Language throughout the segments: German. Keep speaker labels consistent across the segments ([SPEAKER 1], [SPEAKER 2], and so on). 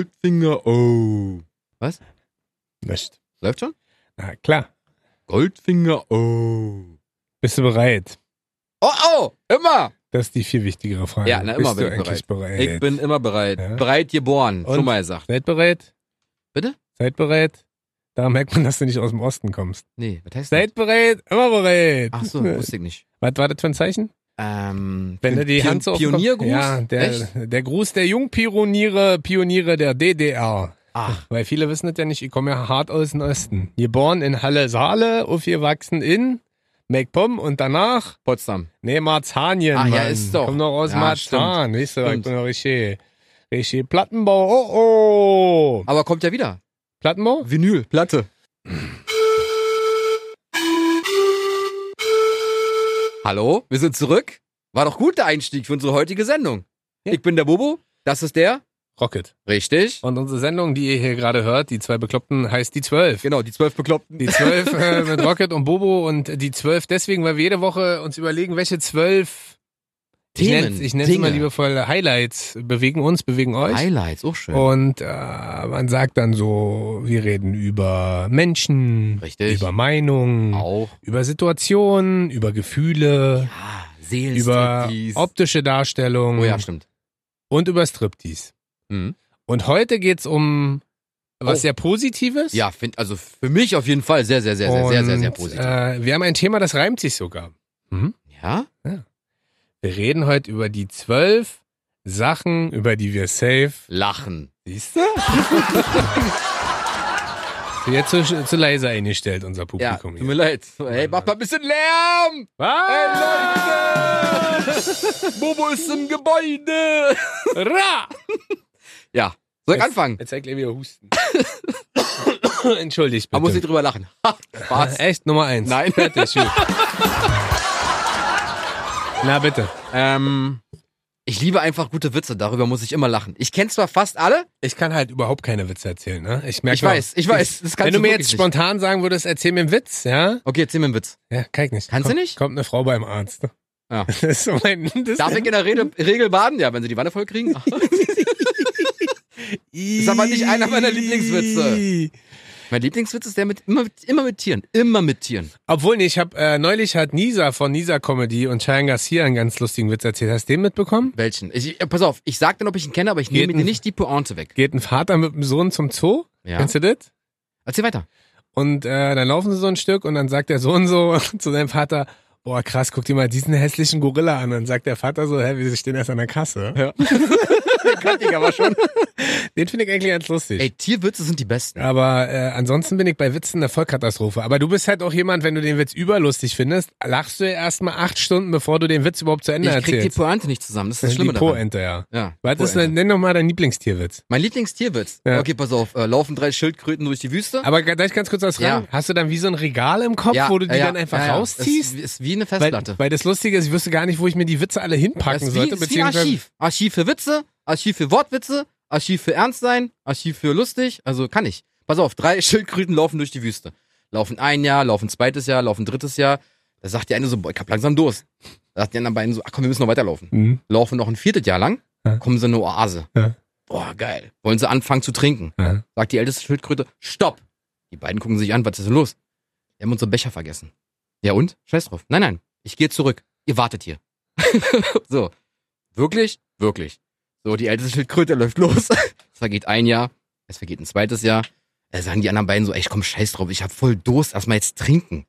[SPEAKER 1] Goldfinger, oh. Was?
[SPEAKER 2] Nicht.
[SPEAKER 1] Läuft schon?
[SPEAKER 2] Na klar.
[SPEAKER 1] Goldfinger, oh.
[SPEAKER 2] Bist du bereit?
[SPEAKER 1] Oh, oh, immer.
[SPEAKER 2] Das ist die viel wichtigere Frage.
[SPEAKER 1] Ja, na, immer
[SPEAKER 2] Bist du
[SPEAKER 1] bin ich
[SPEAKER 2] eigentlich bereit?
[SPEAKER 1] Ich bin immer bereit.
[SPEAKER 2] Ja.
[SPEAKER 1] Bereit geboren,
[SPEAKER 2] Und?
[SPEAKER 1] schon mal gesagt.
[SPEAKER 2] Seid bereit?
[SPEAKER 1] Bitte?
[SPEAKER 2] Seid bereit? Da merkt man, dass du nicht aus dem Osten kommst.
[SPEAKER 1] Nee, was heißt das?
[SPEAKER 2] Seid bereit, immer bereit.
[SPEAKER 1] Ach so,
[SPEAKER 2] Was
[SPEAKER 1] wusste ich nicht.
[SPEAKER 2] war das für ein Zeichen?
[SPEAKER 1] Ähm,
[SPEAKER 2] Wenn du die
[SPEAKER 1] Pion-
[SPEAKER 2] Hand so auf den Kopf-
[SPEAKER 1] Pioniergruß?
[SPEAKER 2] Ja,
[SPEAKER 1] Echt?
[SPEAKER 2] der, der Gruß der Jungpioniere, Pioniere der DDR.
[SPEAKER 1] Ach,
[SPEAKER 2] Weil viele wissen das ja nicht, ich komme ja hart aus dem Osten. Geboren in Halle Saale, aufgewachsen in MacPom und danach,
[SPEAKER 1] Potsdam.
[SPEAKER 2] nee, Marzanien.
[SPEAKER 1] Ach ja,
[SPEAKER 2] Mann.
[SPEAKER 1] ist doch.
[SPEAKER 2] Komm noch aus
[SPEAKER 1] Ja,
[SPEAKER 2] Marzahn, weißt du, ich
[SPEAKER 1] Stimmt.
[SPEAKER 2] bin noch richtig, richtig Plattenbau, oh oh.
[SPEAKER 1] Aber kommt ja wieder.
[SPEAKER 2] Plattenbau?
[SPEAKER 1] Vinyl, Platte. Hallo, wir sind zurück. War doch gut der Einstieg für unsere heutige Sendung.
[SPEAKER 2] Ja.
[SPEAKER 1] Ich bin der Bobo, das ist der.
[SPEAKER 2] Rocket.
[SPEAKER 1] Richtig.
[SPEAKER 2] Und unsere Sendung, die ihr hier gerade hört, die zwei Bekloppten, heißt die Zwölf.
[SPEAKER 1] Genau, die zwölf Bekloppten.
[SPEAKER 2] Die Zwölf äh, mit Rocket und Bobo und die Zwölf deswegen, weil wir jede Woche uns überlegen, welche Zwölf
[SPEAKER 1] Themen,
[SPEAKER 2] ich nenne es immer
[SPEAKER 1] Dinge.
[SPEAKER 2] liebevoll Highlights, bewegen uns, bewegen euch.
[SPEAKER 1] Highlights, auch schön.
[SPEAKER 2] Und äh, man sagt dann so, wir reden über Menschen,
[SPEAKER 1] Richtig.
[SPEAKER 2] über Meinungen,
[SPEAKER 1] Auch.
[SPEAKER 2] über Situationen, über Gefühle,
[SPEAKER 1] Ah, Seelen
[SPEAKER 2] über optische Darstellung
[SPEAKER 1] Oh ja, stimmt.
[SPEAKER 2] und über Striptease.
[SPEAKER 1] Mhm.
[SPEAKER 2] Und heute geht's um was
[SPEAKER 1] Oh.
[SPEAKER 2] sehr Positives.
[SPEAKER 1] Ja, find, also für mich auf jeden Fall sehr, sehr, sehr, sehr, sehr, sehr, sehr
[SPEAKER 2] Und,
[SPEAKER 1] positiv.
[SPEAKER 2] Äh, wir haben ein Thema, das reimt sich sogar.
[SPEAKER 1] ja?
[SPEAKER 2] Wir reden heute über die zwölf Sachen, über die wir safe.
[SPEAKER 1] Lachen.
[SPEAKER 2] Siehst du? Jetzt zu, zu leise eingestellt, unser
[SPEAKER 1] Ja,
[SPEAKER 2] Publikum
[SPEAKER 1] tut
[SPEAKER 2] hier.
[SPEAKER 1] mir leid. Hey, mach mal ein bisschen Lärm! Hey, Leute! Bobo ist im Gebäude!
[SPEAKER 2] Ra!
[SPEAKER 1] Ja, soll ich
[SPEAKER 2] Jetzt-
[SPEAKER 1] anfangen?
[SPEAKER 2] Jetzt zeig wieder Husten. Entschuldigt bitte.
[SPEAKER 1] Da muss ich drüber lachen. Ha, Spaß.
[SPEAKER 2] Echt Nummer eins.
[SPEAKER 1] Nein.
[SPEAKER 2] Fertig. gut. Na bitte.
[SPEAKER 1] ähm, ich liebe einfach gute Witze, darüber muss ich immer lachen. Ich kenne zwar fast alle,
[SPEAKER 2] Ich kann halt überhaupt keine Witze erzählen, ne? Ich merke
[SPEAKER 1] ich weiß, ich weiß. Das kannst
[SPEAKER 2] Wenn du mir jetzt
[SPEAKER 1] wirklich nicht.
[SPEAKER 2] spontan sagen würdest, erzähl mir einen Witz, ja?
[SPEAKER 1] Okay, erzähl mir einen Witz.
[SPEAKER 2] Ja, kann ich nicht.
[SPEAKER 1] Kannst du
[SPEAKER 2] kommt,
[SPEAKER 1] nicht?
[SPEAKER 2] Kommt eine Frau beim Arzt.
[SPEAKER 1] Ja.
[SPEAKER 2] Das ist so mein, das
[SPEAKER 1] Darf ich in der Rede, Regel baden? Ja, wenn sie die Wanne voll kriegen.
[SPEAKER 2] ist
[SPEAKER 1] aber nicht einer meiner Lieblingswitze. mein Lieblingswitz ist der mit immer, mit immer mit Tieren. Immer mit Tieren.
[SPEAKER 2] Obwohl, nee, ich habe äh, neulich hat Nisa von Nisa Comedy und Cheyenne Garcia einen ganz lustigen Witz erzählt. Hast du den mitbekommen?
[SPEAKER 1] Welchen? Ich, äh, pass auf, ich sag dann, ob ich ihn kenne, aber ich
[SPEAKER 2] Geht
[SPEAKER 1] nehme dir
[SPEAKER 2] ein-
[SPEAKER 1] nicht die Pointe weg.
[SPEAKER 2] Geht ein Vater mit dem Sohn zum Zoo.
[SPEAKER 1] Ja.
[SPEAKER 2] Kennst du das?
[SPEAKER 1] Erzähl weiter.
[SPEAKER 2] Und äh, dann laufen sie so ein Stück und dann sagt der Sohn so zu seinem Vater, boah krass, guck dir mal diesen hässlichen Gorilla an. Dann sagt der Vater so, hä, wir stehen erst an der Kasse.
[SPEAKER 1] Kannte ich aber schon.
[SPEAKER 2] Den finde ich eigentlich ganz lustig.
[SPEAKER 1] Ey, Tierwitze sind die besten.
[SPEAKER 2] Aber äh, ansonsten bin ich bei Witzen eine Vollkatastrophe. Aber du bist halt auch jemand, wenn du den Witz überlustig findest, lachst du erstmal acht Stunden, bevor du den Witz überhaupt zu Ende
[SPEAKER 1] Ich krieg die
[SPEAKER 2] erzählst.
[SPEAKER 1] Pointe nicht zusammen. Das ist
[SPEAKER 2] Das
[SPEAKER 1] das
[SPEAKER 2] ist die
[SPEAKER 1] Schlimme daran.
[SPEAKER 2] Pointe, ja.
[SPEAKER 1] Ja,
[SPEAKER 2] Was ist denn,
[SPEAKER 1] Pointe.
[SPEAKER 2] nenn doch mal deinen Lieblingstierwitz.
[SPEAKER 1] Mein Lieblingstierwitz.
[SPEAKER 2] Ja.
[SPEAKER 1] Okay, pass auf. Äh, laufen drei Schildkröten durch die Wüste.
[SPEAKER 2] Aber gleich ganz kurz was
[SPEAKER 1] Ja.
[SPEAKER 2] rein. Hast du dann wie so ein Regal im Kopf, wo du die dann einfach rausziehst?
[SPEAKER 1] Ist, ist wie eine
[SPEAKER 2] weil,
[SPEAKER 1] Festplatte.
[SPEAKER 2] weil das Lustige ist, ich wüsste gar nicht, wo ich mir die Witze alle hinpacken
[SPEAKER 1] ist wie,
[SPEAKER 2] sollte.
[SPEAKER 1] ist wie ein Archiv. Archiv für Witze, Archiv für Wortwitze, Archiv für Ernst sein, Archiv für lustig. Also kann ich. Pass auf, drei Schildkröten laufen durch die Wüste. Laufen ein Jahr, laufen zweites Jahr, laufen drittes Jahr. Da sagt die eine so, boah, ich hab langsam Durst. Da sagt die anderen beiden so, ach komm, wir müssen noch weiterlaufen.
[SPEAKER 2] Mhm.
[SPEAKER 1] Laufen noch ein viertes Jahr lang,
[SPEAKER 2] Ja.
[SPEAKER 1] kommen sie in eine Oase.
[SPEAKER 2] Ja.
[SPEAKER 1] Boah, geil. Wollen sie anfangen zu trinken.
[SPEAKER 2] Ja.
[SPEAKER 1] Sagt die älteste Schildkröte, stopp. Die beiden gucken sich an, was ist denn los? Wir haben unsere Becher vergessen. Ja und? Scheiß drauf. Nein, nein, ich gehe zurück. Ihr wartet hier. so. Wirklich? Wirklich. So, die älteste Schildkröte läuft los. es vergeht ein Jahr, es vergeht ein zweites Jahr. Da sagen die anderen beiden so, ey, komm, scheiß drauf, ich hab voll Durst, erstmal jetzt trinken.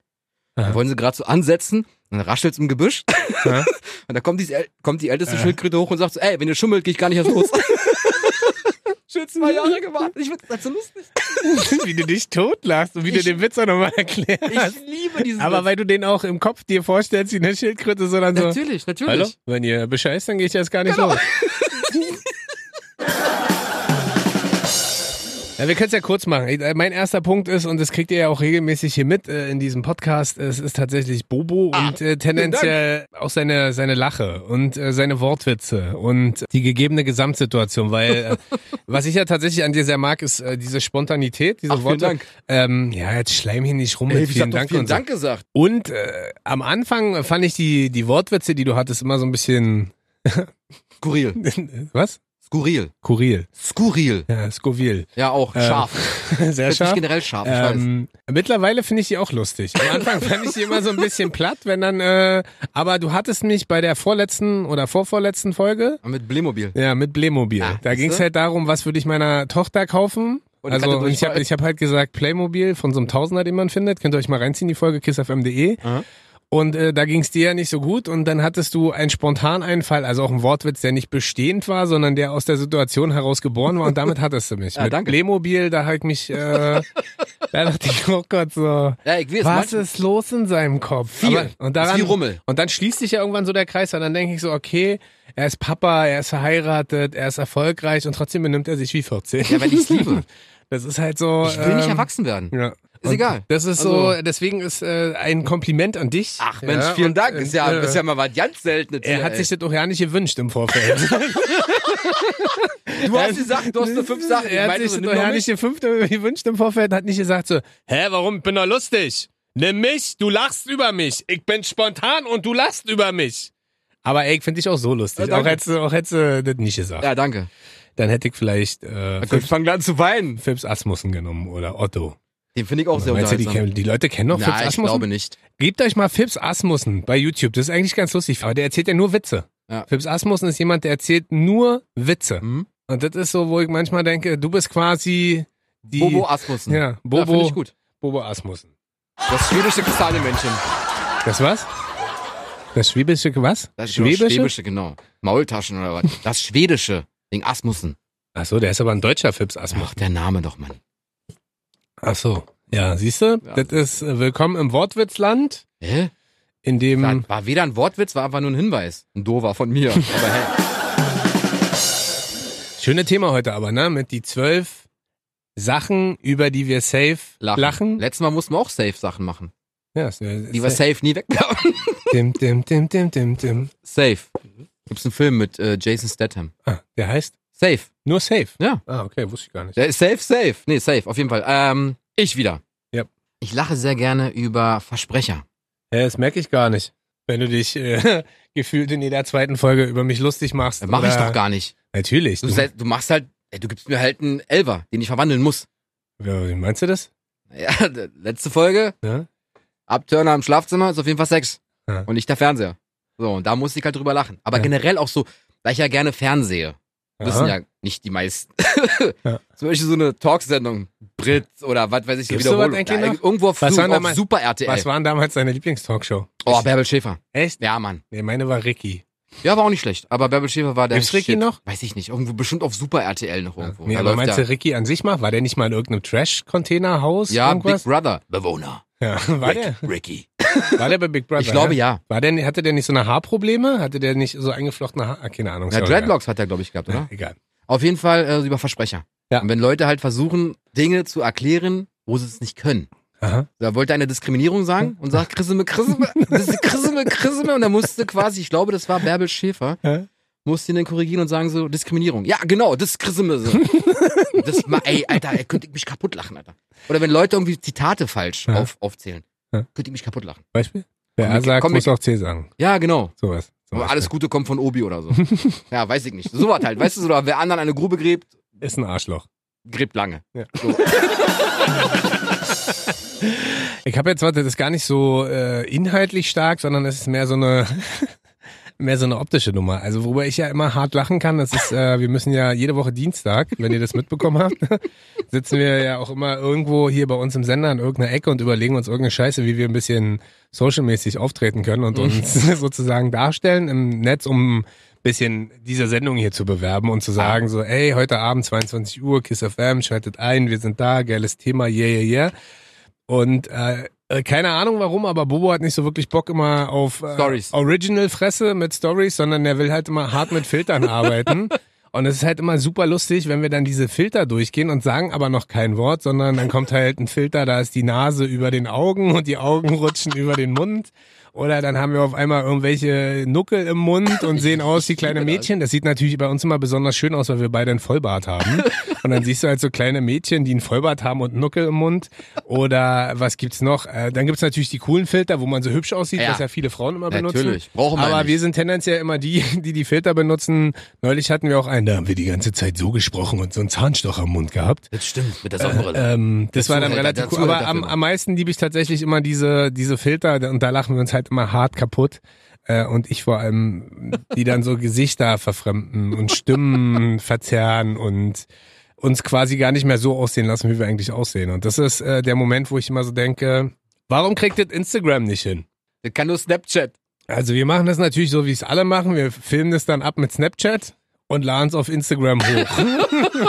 [SPEAKER 2] Aha.
[SPEAKER 1] Dann wollen sie gerade so ansetzen, dann raschelt's im Gebüsch.
[SPEAKER 2] Ja.
[SPEAKER 1] und dann kommt, die, kommt die älteste
[SPEAKER 2] Äh.
[SPEAKER 1] Schildkröte hoch und sagt so, ey, wenn ihr schummelt, geh ich gar nicht erst los. Schön zwei Jahre gewartet, ich find's so lustig.
[SPEAKER 2] wie du dich totlachst und wie
[SPEAKER 1] Ich-
[SPEAKER 2] du den Witz auch nochmal erklärst.
[SPEAKER 1] Ich liebe diesen
[SPEAKER 2] Aber
[SPEAKER 1] Witz.
[SPEAKER 2] weil du den auch im Kopf dir vorstellst, wie eine Schildkröte, sondern so.
[SPEAKER 1] Natürlich, natürlich. Genau.
[SPEAKER 2] Hallo? Wenn ihr bescheißt, dann gehe ich jetzt gar nicht los. Ja, wir können es ja kurz machen. Ich- äh, Mein erster Punkt ist, und das kriegt ihr ja auch regelmäßig hier mit äh, in diesem Podcast, es ist tatsächlich Bobo
[SPEAKER 1] Ah,
[SPEAKER 2] und äh, tendenziell auch seine, seine Lache und äh, seine Wortwitze und die gegebene Gesamtsituation, weil äh, was ich ja tatsächlich an dir sehr mag, ist äh, diese Spontanität, diese
[SPEAKER 1] Ach, vielen
[SPEAKER 2] Worte.
[SPEAKER 1] Dank.
[SPEAKER 2] Ähm, ja, jetzt schleim hier nicht rum
[SPEAKER 1] Ey,
[SPEAKER 2] mit
[SPEAKER 1] ich hab
[SPEAKER 2] vielen
[SPEAKER 1] doch
[SPEAKER 2] Dank
[SPEAKER 1] vielen
[SPEAKER 2] und so.
[SPEAKER 1] Dank gesagt.
[SPEAKER 2] Und äh, am Anfang fand ich die, die Wortwitze, die du hattest, immer so ein bisschen.
[SPEAKER 1] Skurril.
[SPEAKER 2] Was?
[SPEAKER 1] Skurril.
[SPEAKER 2] Kuril.
[SPEAKER 1] Skurril.
[SPEAKER 2] Ja, Scoville.
[SPEAKER 1] Ja, auch
[SPEAKER 2] Äh,
[SPEAKER 1] scharf.
[SPEAKER 2] Sehr
[SPEAKER 1] Ich bin
[SPEAKER 2] scharf.
[SPEAKER 1] generell scharf, ich weiß.
[SPEAKER 2] Ähm, mittlerweile finde ich die auch lustig. Am Anfang fand ich die immer so ein bisschen platt, wenn dann, äh, aber du hattest mich bei der vorletzten oder vorvorletzten Folge,
[SPEAKER 1] Aber mit Blimmobil.
[SPEAKER 2] ja, mit Playmobil.
[SPEAKER 1] Ah,
[SPEAKER 2] da
[SPEAKER 1] siehste?
[SPEAKER 2] ging es halt darum, was würde ich meiner Tochter kaufen.
[SPEAKER 1] Und
[SPEAKER 2] also
[SPEAKER 1] kannte
[SPEAKER 2] und ich habe
[SPEAKER 1] Durchfall.
[SPEAKER 2] ich hab halt gesagt, Playmobil von so einem Tausender, den man findet, könnt ihr euch mal reinziehen, die Folge kissfm.de.
[SPEAKER 1] Aha.
[SPEAKER 2] e. Und äh, da ging es dir ja nicht so gut und dann hattest du einen Spontaneinfall, also auch einen Wortwitz, der nicht bestehend war, sondern der aus der Situation heraus geboren war und damit hattest du mich.
[SPEAKER 1] Ja,
[SPEAKER 2] Mit
[SPEAKER 1] danke.
[SPEAKER 2] Playmobil, da habe ich mich, äh, da dachte ich, oh Gott, so,
[SPEAKER 1] Ja, ich weiß,
[SPEAKER 2] was
[SPEAKER 1] manchmal-
[SPEAKER 2] ist los in seinem Kopf?
[SPEAKER 1] Viel.
[SPEAKER 2] Aber, und daran,
[SPEAKER 1] Ist wie Rummel.
[SPEAKER 2] und dann schließt sich ja irgendwann so der Kreis, und dann denke ich so, okay, er ist Papa, er ist verheiratet, er ist erfolgreich und trotzdem benimmt er sich wie 14.
[SPEAKER 1] Ja, weil ich's liebe.
[SPEAKER 2] Das ist halt so.
[SPEAKER 1] Ich will nicht
[SPEAKER 2] ähm,
[SPEAKER 1] erwachsen werden.
[SPEAKER 2] Ja.
[SPEAKER 1] Ist egal.
[SPEAKER 2] Das ist
[SPEAKER 1] Also-
[SPEAKER 2] so, deswegen ist äh, ein Kompliment an dich.
[SPEAKER 1] Ach Mensch,
[SPEAKER 2] Ja,
[SPEAKER 1] vielen
[SPEAKER 2] und,
[SPEAKER 1] Dank.
[SPEAKER 2] äh,
[SPEAKER 1] Ist ja,
[SPEAKER 2] äh,
[SPEAKER 1] ist ja mal was ganz Seltenes.
[SPEAKER 2] er
[SPEAKER 1] hier,
[SPEAKER 2] hat
[SPEAKER 1] ey.
[SPEAKER 2] sich das doch ja nicht gewünscht im Vorfeld.
[SPEAKER 1] du hast gesagt, du hast nur fünf Sachen. Ich
[SPEAKER 2] Er hat
[SPEAKER 1] meinte
[SPEAKER 2] sich
[SPEAKER 1] so,
[SPEAKER 2] das
[SPEAKER 1] nimm
[SPEAKER 2] doch ja
[SPEAKER 1] noch
[SPEAKER 2] nicht
[SPEAKER 1] mit.
[SPEAKER 2] gefünft- gewünscht im Vorfeld, hat nicht gesagt so, hä, warum, ich bin doch lustig. Nimm mich, du lachst über mich. Ich bin spontan und du lachst über mich. Aber ey, ich finde dich auch so lustig.
[SPEAKER 1] Ja,
[SPEAKER 2] auch
[SPEAKER 1] danke.
[SPEAKER 2] hättest du auch hättest du das nicht gesagt.
[SPEAKER 1] Ja, danke.
[SPEAKER 2] Dann hätte ich vielleicht äh,
[SPEAKER 1] Ich
[SPEAKER 2] Phipps,
[SPEAKER 1] fange an zu weinen.
[SPEAKER 2] Phipps Asmussen genommen oder Otto.
[SPEAKER 1] Den finde ich auch sehr
[SPEAKER 2] Meinst du, die,
[SPEAKER 1] unterhaltsam.
[SPEAKER 2] kennen- die Leute kennen doch Phipps
[SPEAKER 1] Nein, ich
[SPEAKER 2] Asmussen?
[SPEAKER 1] glaube nicht.
[SPEAKER 2] Gebt euch mal Phipps Asmussen bei YouTube. Das ist eigentlich ganz lustig, aber der erzählt ja nur Witze.
[SPEAKER 1] Ja.
[SPEAKER 2] Phipps Asmussen ist jemand, der erzählt nur Witze.
[SPEAKER 1] Hm?
[SPEAKER 2] Und das ist so, wo ich manchmal denke, du bist quasi die
[SPEAKER 1] Bobo Asmussen.
[SPEAKER 2] Ja,
[SPEAKER 1] Ja, finde
[SPEAKER 2] Bobo,
[SPEAKER 1] ich gut.
[SPEAKER 2] Bobo Asmussen.
[SPEAKER 1] Das schwedische Kastanienmännchen.
[SPEAKER 2] Das was? Das schwäbische was?
[SPEAKER 1] Das
[SPEAKER 2] Schwäbische?
[SPEAKER 1] schwäbische, genau. Maultaschen oder was. Das schwedische. Wegen Asmussen.
[SPEAKER 2] Ach so, der ist aber ein deutscher Phipps Asmussen.
[SPEAKER 1] Ach, der Name doch, Mann.
[SPEAKER 2] Ach so. Ja, siehst du?
[SPEAKER 1] Ja.
[SPEAKER 2] Das ist äh, willkommen im Wortwitzland,
[SPEAKER 1] Hä?
[SPEAKER 2] in dem
[SPEAKER 1] War, war weder ein Wortwitz, war einfach nur ein Hinweis. Ein Dover von mir. Aber hey,
[SPEAKER 2] schöne Thema heute aber, ne? Mit die zwölf Sachen, über die wir safe
[SPEAKER 1] lachen.
[SPEAKER 2] lachen.
[SPEAKER 1] Letztes Mal mussten wir auch Safe-Sachen machen.
[SPEAKER 2] Ja, ist, äh,
[SPEAKER 1] Die wir safe nie wegkamen.
[SPEAKER 2] dim, dim, dim, dim, dim, dim.
[SPEAKER 1] safe. Gibt's einen Film mit äh, Jason Statham.
[SPEAKER 2] Ah, der heißt
[SPEAKER 1] Safe.
[SPEAKER 2] nur safe.
[SPEAKER 1] Ja.
[SPEAKER 2] Ah, okay, wusste ich gar nicht.
[SPEAKER 1] Der ist safe, safe. Nee, safe, auf jeden Fall. Ähm, ich wieder.
[SPEAKER 2] Ja.
[SPEAKER 1] Ich lache sehr gerne über Versprecher.
[SPEAKER 2] Ja, das merke ich gar nicht. Wenn du dich äh, gefühlt in jeder zweiten Folge über mich lustig machst.
[SPEAKER 1] Äh, Mach ich
[SPEAKER 2] oder-
[SPEAKER 1] doch gar nicht.
[SPEAKER 2] Natürlich.
[SPEAKER 1] Du, sel- du machst halt, ey, du gibst mir halt einen Elver, den ich verwandeln muss.
[SPEAKER 2] Ja, wie meinst du das?
[SPEAKER 1] Ja, d- letzte Folge,
[SPEAKER 2] Ja?
[SPEAKER 1] Abturner im Schlafzimmer, ist auf jeden Fall Sex.
[SPEAKER 2] Ja.
[SPEAKER 1] Und nicht der Fernseher. So, und da muss ich halt drüber lachen. Aber
[SPEAKER 2] Ja.
[SPEAKER 1] generell auch so, da ich ja gerne fernsehe, wissen
[SPEAKER 2] Aha.
[SPEAKER 1] ja nicht die meisten.
[SPEAKER 2] Ja.
[SPEAKER 1] Zum Beispiel so eine Talksendung, Brit oder was weiß ich, eine
[SPEAKER 2] Gibt's sowas
[SPEAKER 1] Wiederholung.
[SPEAKER 2] eigentlich
[SPEAKER 1] ja,
[SPEAKER 2] noch?
[SPEAKER 1] irgendwo auf,
[SPEAKER 2] Was waren da
[SPEAKER 1] auf
[SPEAKER 2] mal-
[SPEAKER 1] Super RTL.
[SPEAKER 2] Was war denn damals deine Lieblingstalkshow?
[SPEAKER 1] oh, Bärbel Schäfer.
[SPEAKER 2] Echt?
[SPEAKER 1] Ja, Mann.
[SPEAKER 2] Nee, meine war Ricky.
[SPEAKER 1] Ja, war auch nicht schlecht. Aber Bärbel Schäfer war der
[SPEAKER 2] Gibt's Ricky
[SPEAKER 1] Shit.
[SPEAKER 2] noch?
[SPEAKER 1] Weiß ich nicht. Irgendwo bestimmt auf Super RTL noch irgendwo.
[SPEAKER 2] Nee,
[SPEAKER 1] Oh, Da
[SPEAKER 2] aber
[SPEAKER 1] läuft
[SPEAKER 2] meinst
[SPEAKER 1] der-
[SPEAKER 2] du Ricky an sich mal? War der nicht mal in irgendeinem Trash-Container-Haus?
[SPEAKER 1] ja, Big
[SPEAKER 2] irgendwas?
[SPEAKER 1] Brother. Bewohner.
[SPEAKER 2] ja, war der?
[SPEAKER 1] Ricky.
[SPEAKER 2] War der bei Big Brother?
[SPEAKER 1] Ich glaube
[SPEAKER 2] ja.
[SPEAKER 1] ja.
[SPEAKER 2] War der, hatte der nicht so eine Haarprobleme? Hatte der nicht so eingeflochtene Haare? Ah, Keine Ahnung.
[SPEAKER 1] ja
[SPEAKER 2] sorry.
[SPEAKER 1] Dreadlocks hat er, glaube ich, gehabt,
[SPEAKER 2] Ja,
[SPEAKER 1] oder?
[SPEAKER 2] egal.
[SPEAKER 1] Auf jeden Fall äh, über Versprecher.
[SPEAKER 2] Ja.
[SPEAKER 1] Und wenn Leute halt versuchen, Dinge zu erklären, wo sie es nicht können.
[SPEAKER 2] Aha.
[SPEAKER 1] Da wollte eine Diskriminierung
[SPEAKER 2] Hm.
[SPEAKER 1] sagen und sagt Chrisme, Chrisme, das ist Chrisme, Chrisme. Und dann musste quasi, ich glaube, das war Bärbel Schäfer,
[SPEAKER 2] Ja.
[SPEAKER 1] musste ihn dann korrigieren und sagen so, Diskriminierung. Ja, genau, das ist Chrisme. So. Das, ma- ey, Alter, ey, könnte ich mich kaputt lachen, Alter. Oder wenn Leute irgendwie Zitate falsch
[SPEAKER 2] Ja.
[SPEAKER 1] auf, aufzählen,
[SPEAKER 2] Ja.
[SPEAKER 1] könnte ich mich kaputt lachen.
[SPEAKER 2] Beispiel? Wer A
[SPEAKER 1] Comic-
[SPEAKER 2] sagt,
[SPEAKER 1] Comic-
[SPEAKER 2] muss auch C sagen.
[SPEAKER 1] Ja, genau.
[SPEAKER 2] Sowas.
[SPEAKER 1] Aber
[SPEAKER 2] Zum Beispiel.
[SPEAKER 1] alles Gute kommt von Obi oder so. ja, weiß ich nicht. So was halt, weißt du, so, oder wer anderen eine Grube gräbt,
[SPEAKER 2] Ist ein Arschloch.
[SPEAKER 1] gräbt lange.
[SPEAKER 2] Ja.
[SPEAKER 1] So.
[SPEAKER 2] Ich habe jetzt, warte, das ist gar nicht so äh, inhaltlich stark, sondern es ist mehr so eine mehr so eine optische Nummer. Also worüber ich ja immer hart lachen kann, das ist, äh, wir müssen ja jede Woche Dienstag, wenn ihr das mitbekommen habt, sitzen wir ja auch immer irgendwo hier bei uns im Sender in irgendeiner Ecke und überlegen uns irgendeine Scheiße, wie wir ein bisschen socialmäßig auftreten können und uns sozusagen darstellen im Netz, um ein bisschen diese Sendung hier zu bewerben und zu sagen so, ey, heute Abend 22 Uhr, Kiss FM, schaltet ein, wir sind da, geiles Thema, yeah, yeah, yeah. Und äh, äh, keine Ahnung warum, aber Bobo hat nicht so wirklich Bock immer auf äh,
[SPEAKER 1] Stories.
[SPEAKER 2] Original-Fresse mit Stories, sondern er will halt immer hart mit Filtern arbeiten. Und es ist halt immer super lustig, wenn wir dann diese Filter durchgehen und sagen aber noch kein Wort, sondern dann kommt halt ein Filter, da ist die Nase über den Augen und die Augen rutschen über den Mund Oder dann haben wir auf einmal irgendwelche Nuckel im Mund und sehen aus wie kleine
[SPEAKER 1] liebe das.
[SPEAKER 2] Mädchen. Das sieht natürlich bei uns immer besonders schön aus, weil wir beide einen Vollbart haben. Und dann siehst du halt so kleine Mädchen, die einen Vollbart haben und einen Nuckel im Mund. Oder was gibt's noch? Äh, Dann gibt's natürlich die coolen Filter, wo man so hübsch aussieht,
[SPEAKER 1] Ja.
[SPEAKER 2] was ja viele Frauen immer benutzen.
[SPEAKER 1] Natürlich. Brauchen wir
[SPEAKER 2] Aber
[SPEAKER 1] nicht.
[SPEAKER 2] wir sind tendenziell immer die, die die Filter benutzen. Neulich hatten wir auch einen, da haben wir die ganze Zeit so gesprochen und so einen Zahnstocher im Mund gehabt.
[SPEAKER 1] Das stimmt, mit der Sonnenbrille.
[SPEAKER 2] Ähm, das
[SPEAKER 1] Der
[SPEAKER 2] war dann
[SPEAKER 1] Zuhälter,
[SPEAKER 2] relativ
[SPEAKER 1] der
[SPEAKER 2] cool. Aber
[SPEAKER 1] Zuhälter
[SPEAKER 2] am,
[SPEAKER 1] Filter.
[SPEAKER 2] am meisten liebe ich tatsächlich immer diese, diese Filter und da lachen wir uns halt immer hart kaputt. Äh, und ich vor allem, die dann so Gesichter verfremden und Stimmen verzerren und uns quasi gar nicht mehr so aussehen lassen, wie wir eigentlich aussehen. Und das ist äh, der Moment, wo ich immer so denke, warum kriegt das Instagram nicht hin?
[SPEAKER 1] das kann nur Snapchat.
[SPEAKER 2] Also wir machen das natürlich so, wie es alle machen. Wir filmen das dann ab mit Snapchat und laden es auf Instagram hoch.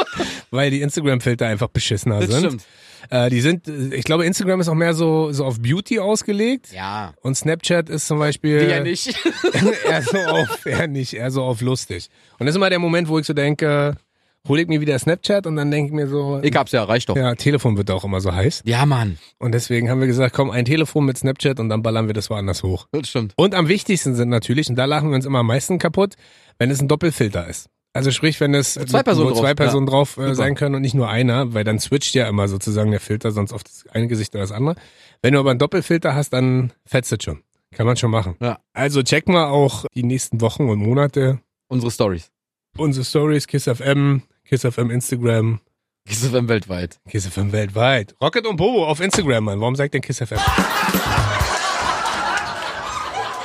[SPEAKER 2] Weil die Instagram-Filter einfach beschissener
[SPEAKER 1] Das
[SPEAKER 2] sind.
[SPEAKER 1] stimmt.
[SPEAKER 2] Äh, die sind, äh, ich glaube, Instagram ist auch mehr so, so auf Beauty ausgelegt.
[SPEAKER 1] Ja.
[SPEAKER 2] Und Snapchat ist zum Beispiel
[SPEAKER 1] Ja nicht.
[SPEAKER 2] eher so auf, eher nicht, eher so auf lustig. Und das ist immer der Moment, wo ich so denke, hole ich mir wieder Snapchat und dann denke ich mir so,
[SPEAKER 1] Ich hab's ja, reicht doch. Ja,
[SPEAKER 2] ja, Telefon wird auch immer so heiß.
[SPEAKER 1] Mann.
[SPEAKER 2] Und deswegen haben wir gesagt, komm, ein Telefon mit Snapchat und dann ballern wir das woanders hoch.
[SPEAKER 1] Das stimmt.
[SPEAKER 2] Und am wichtigsten sind natürlich, und da lachen wir uns immer am meisten kaputt, wenn es ein Doppelfilter ist. Also sprich, wenn es
[SPEAKER 1] zwei Personen
[SPEAKER 2] wo zwei
[SPEAKER 1] drauf,
[SPEAKER 2] Personen drauf äh,
[SPEAKER 1] Super.
[SPEAKER 2] sein können und nicht nur einer, weil dann switcht ja immer sozusagen der Filter, sonst auf das eine Gesicht oder das andere. Wenn du aber einen Doppelfilter hast, dann fetzt es schon. Kann man schon machen.
[SPEAKER 1] Ja.
[SPEAKER 2] Also check mal auch die nächsten Wochen und Monate
[SPEAKER 1] Unsere Stories.
[SPEAKER 2] unsere Stories, KissFM, KissFM Instagram,
[SPEAKER 1] KissFM weltweit.
[SPEAKER 2] KissFM weltweit. Rocket und Bobo auf Instagram, Mann. Warum sagt denn KissFM?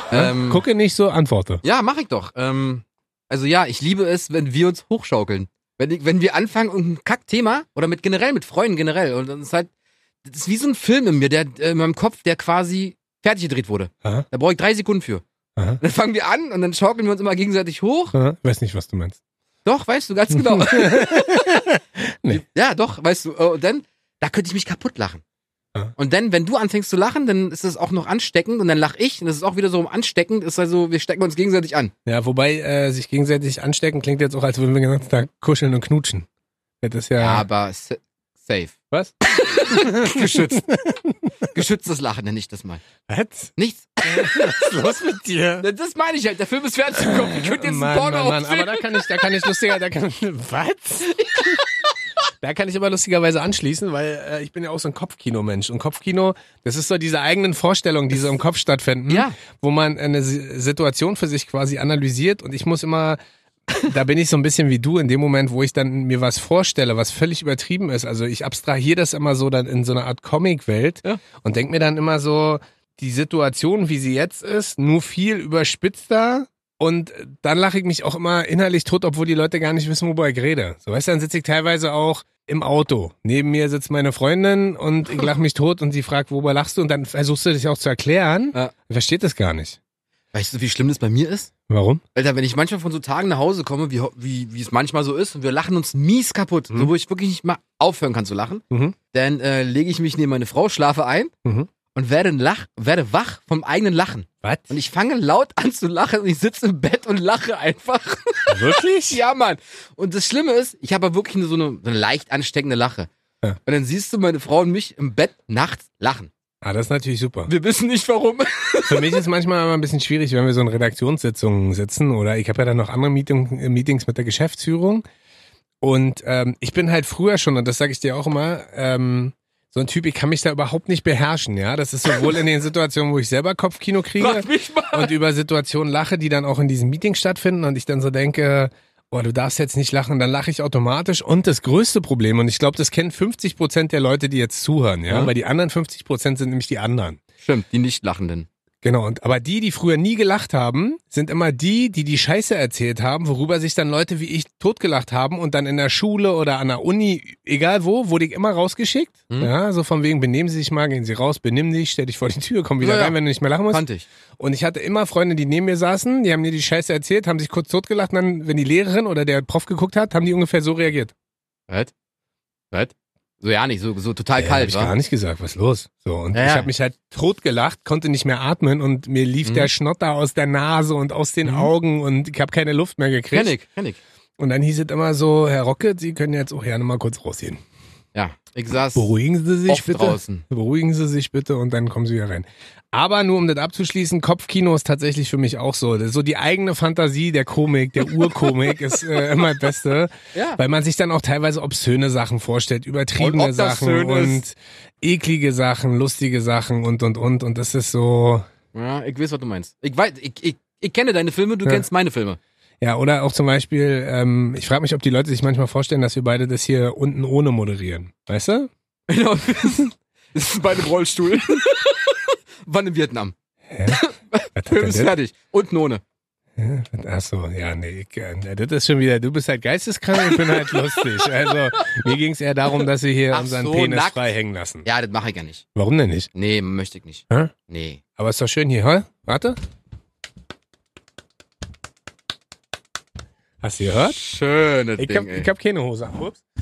[SPEAKER 1] Hm. Ähm,
[SPEAKER 2] Gucke nicht so, antworte.
[SPEAKER 1] Ja, mach ich doch. Ähm, also ja, ich liebe es, wenn wir uns hochschaukeln. Wenn, ich, wenn wir anfangen, irgendein Kackthema oder mit generell, mit Freunden generell. Und dann ist halt, das ist wie so ein Film in mir, der äh, in meinem Kopf, der quasi fertig gedreht wurde.
[SPEAKER 2] Aha,
[SPEAKER 1] Da brauche ich drei Sekunden für.
[SPEAKER 2] aha,
[SPEAKER 1] Dann fangen wir an und dann schaukeln wir uns immer gegenseitig hoch.
[SPEAKER 2] aha. Weiß nicht, was du meinst.
[SPEAKER 1] Doch, weißt du, ganz genau.
[SPEAKER 2] Nee.
[SPEAKER 1] Ja, doch, weißt du. äh, Und dann, da könnte ich mich kaputt lachen.
[SPEAKER 2] Ja.
[SPEAKER 1] Und dann, wenn du anfängst zu lachen, dann ist es auch noch ansteckend und dann lach ich und das ist auch wieder so um ansteckend. Ist also, wir stecken uns gegenseitig an.
[SPEAKER 2] Ja, wobei äh, sich gegenseitig anstecken klingt jetzt auch, als würden wir den ganzen Tag kuscheln und knutschen. Das ist ja,
[SPEAKER 1] Ja, aber sa- safe.
[SPEAKER 2] was?
[SPEAKER 1] Geschützt. Geschütztes Lachen nenne ich das mal.
[SPEAKER 2] Was?
[SPEAKER 1] Nichts.
[SPEAKER 2] Was ist los mit dir?
[SPEAKER 1] Das meine ich halt. Der Film ist fertig gekommen. Ich könnte jetzt
[SPEAKER 2] Mann,
[SPEAKER 1] einen Porno
[SPEAKER 2] Mann, Mann.
[SPEAKER 1] aufsehen.
[SPEAKER 2] Aber da kann ich, da kann ich lustiger, da kann was? Da kann ich aber lustigerweise anschließen, weil äh, ich bin ja auch so ein Kopfkino-Mensch. Und Kopfkino, das ist so diese eigenen Vorstellungen, die so im Kopf stattfinden,
[SPEAKER 1] Ja.
[SPEAKER 2] wo man eine S- Situation für sich quasi analysiert. Und ich muss immer, da bin ich so ein bisschen wie du in dem Moment, wo ich dann mir was vorstelle, was völlig übertrieben ist. Also ich abstrahiere das immer so dann in so einer Art Comic-Welt
[SPEAKER 1] Ja.
[SPEAKER 2] und denke mir dann immer so, die Situation, wie sie jetzt ist, nur viel überspitzter. Und dann lache ich mich auch immer innerlich tot, obwohl die Leute gar nicht wissen, worüber ich rede. So, weißt du, dann sitze ich teilweise auch im Auto. Neben mir sitzt meine Freundin und ich lache mich tot und sie fragt, worüber lachst du? Und dann versuchst du dich auch zu erklären.
[SPEAKER 1] Ja.
[SPEAKER 2] Versteht das gar nicht.
[SPEAKER 1] Weißt du, wie schlimm das bei mir ist?
[SPEAKER 2] Warum?
[SPEAKER 1] Alter, wenn ich manchmal von so Tagen nach Hause komme, wie, ho- wie, wie es manchmal so ist, und wir lachen uns mies kaputt,
[SPEAKER 2] Mhm.
[SPEAKER 1] so wo ich wirklich nicht mal aufhören kann zu lachen,
[SPEAKER 2] Mhm.
[SPEAKER 1] dann äh, lege ich mich neben meine Frau, schlafe ein
[SPEAKER 2] Mhm.
[SPEAKER 1] und werde, lach, werde wach vom eigenen Lachen.
[SPEAKER 2] Was?
[SPEAKER 1] Und ich fange laut an zu lachen und ich sitze im Bett und lache einfach.
[SPEAKER 2] Wirklich?
[SPEAKER 1] Ja, Mann. Und das Schlimme ist, ich habe aber wirklich nur so eine, so eine leicht ansteckende Lache.
[SPEAKER 2] Ja.
[SPEAKER 1] Und dann siehst du meine Frau und mich im Bett nachts lachen.
[SPEAKER 2] Ah, das ist natürlich super.
[SPEAKER 1] Wir wissen nicht warum.
[SPEAKER 2] Für mich ist manchmal immer ein bisschen schwierig, wenn wir so in Redaktionssitzungen sitzen oder ich habe ja dann noch andere Meeting, äh, Meetings mit der Geschäftsführung. Und ähm, ich bin halt früher schon, und das sage ich dir auch immer, ähm, so ein Typ, ich kann mich da überhaupt nicht beherrschen, ja. Das ist sowohl in den Situationen, wo ich selber Kopfkino kriege
[SPEAKER 1] Frag mich mal.
[SPEAKER 2] und über Situationen lache, die dann auch in diesen Meetings stattfinden und ich dann so denke, oh, du darfst jetzt nicht lachen, dann lache ich automatisch. Und das größte Problem, und ich glaube, das kennen 50 Prozent der Leute, die jetzt zuhören, ja,
[SPEAKER 1] Ja.
[SPEAKER 2] weil die anderen 50 Prozent sind nämlich die anderen.
[SPEAKER 1] Stimmt, die nicht lachenden.
[SPEAKER 2] Genau, und aber die, die früher nie gelacht haben, sind immer die, die die Scheiße erzählt haben, worüber sich dann Leute wie ich totgelacht haben und dann in der Schule oder an der Uni, egal wo, wurde ich immer rausgeschickt.
[SPEAKER 1] Hm.
[SPEAKER 2] Ja, so von wegen, benehmen Sie sich mal, gehen Sie raus, benimm dich, stell dich vor die Tür, komm wieder
[SPEAKER 1] Ja, ja.
[SPEAKER 2] rein, wenn du nicht mehr lachen musst.
[SPEAKER 1] Kannte ich.
[SPEAKER 2] Und ich hatte immer Freunde, die neben mir saßen, die haben mir die Scheiße erzählt, haben sich kurz totgelacht und dann, wenn die Lehrerin oder der Prof geguckt hat, haben die ungefähr so reagiert.
[SPEAKER 1] Was? Was? So ja nicht, so, so total
[SPEAKER 2] Ja, hab
[SPEAKER 1] kalt,
[SPEAKER 2] ich
[SPEAKER 1] wa?
[SPEAKER 2] gar nicht gesagt, was ist los? So und
[SPEAKER 1] Ja,
[SPEAKER 2] ich
[SPEAKER 1] ja.
[SPEAKER 2] habe mich halt totgelacht, konnte nicht mehr atmen und mir lief
[SPEAKER 1] Mhm.
[SPEAKER 2] der Schnotter aus der Nase und aus den
[SPEAKER 1] Mhm.
[SPEAKER 2] Augen und ich habe keine Luft mehr gekriegt.
[SPEAKER 1] Kenn ich, kenn ich.
[SPEAKER 2] Und dann hieß es immer so, Herr Rocket, Sie können jetzt auch gerne mal kurz rausgehen.
[SPEAKER 1] Ja, ich saß
[SPEAKER 2] Beruhigen Sie sich
[SPEAKER 1] oft
[SPEAKER 2] bitte.
[SPEAKER 1] draußen.
[SPEAKER 2] Beruhigen Sie sich bitte und dann kommen Sie wieder rein. Aber nur um das abzuschließen, Kopfkino ist tatsächlich für mich auch so. Das ist so die eigene Fantasie der Komik, der Urkomik ist äh, immer das Beste,
[SPEAKER 1] Ja.
[SPEAKER 2] weil man sich dann auch teilweise obszöne Sachen vorstellt, übertriebene
[SPEAKER 1] Und ob das
[SPEAKER 2] Sachen
[SPEAKER 1] schön
[SPEAKER 2] und
[SPEAKER 1] ist.
[SPEAKER 2] eklige Sachen, lustige Sachen und und und und das ist so.
[SPEAKER 1] ja, ich weiß, was du meinst. Ich weiß, ich, ich, ich kenne deine Filme, du
[SPEAKER 2] Ja.
[SPEAKER 1] kennst meine Filme.
[SPEAKER 2] Ja, oder auch zum Beispiel, ähm, ich frage mich, ob die Leute sich manchmal vorstellen, dass wir beide das hier unten ohne moderieren. Weißt du?
[SPEAKER 1] Genau. Das ist bei einem Rollstuhl. Wann in Vietnam?
[SPEAKER 2] Hä? Was hat
[SPEAKER 1] Film
[SPEAKER 2] denn
[SPEAKER 1] ist
[SPEAKER 2] das?
[SPEAKER 1] fertig. Und ohne.
[SPEAKER 2] Ach so, ja, nee, ich, äh, das ist schon wieder, du bist halt geisteskrank, ich bin halt lustig. Also, mir ging es eher darum, dass wir hier
[SPEAKER 1] Ach
[SPEAKER 2] unseren
[SPEAKER 1] so,
[SPEAKER 2] Penis
[SPEAKER 1] nackt.
[SPEAKER 2] frei hängen lassen.
[SPEAKER 1] Ja, das mache ich ja nicht.
[SPEAKER 2] Warum denn nicht?
[SPEAKER 1] Nee, möchte ich nicht.
[SPEAKER 2] Hä?
[SPEAKER 1] Nee.
[SPEAKER 2] Aber ist doch schön hier, hä? Warte. Hast du gehört?
[SPEAKER 1] Schönes
[SPEAKER 2] Ich
[SPEAKER 1] Ding,
[SPEAKER 2] hab,
[SPEAKER 1] ey.
[SPEAKER 2] ich hab keine Hose. an. Ups.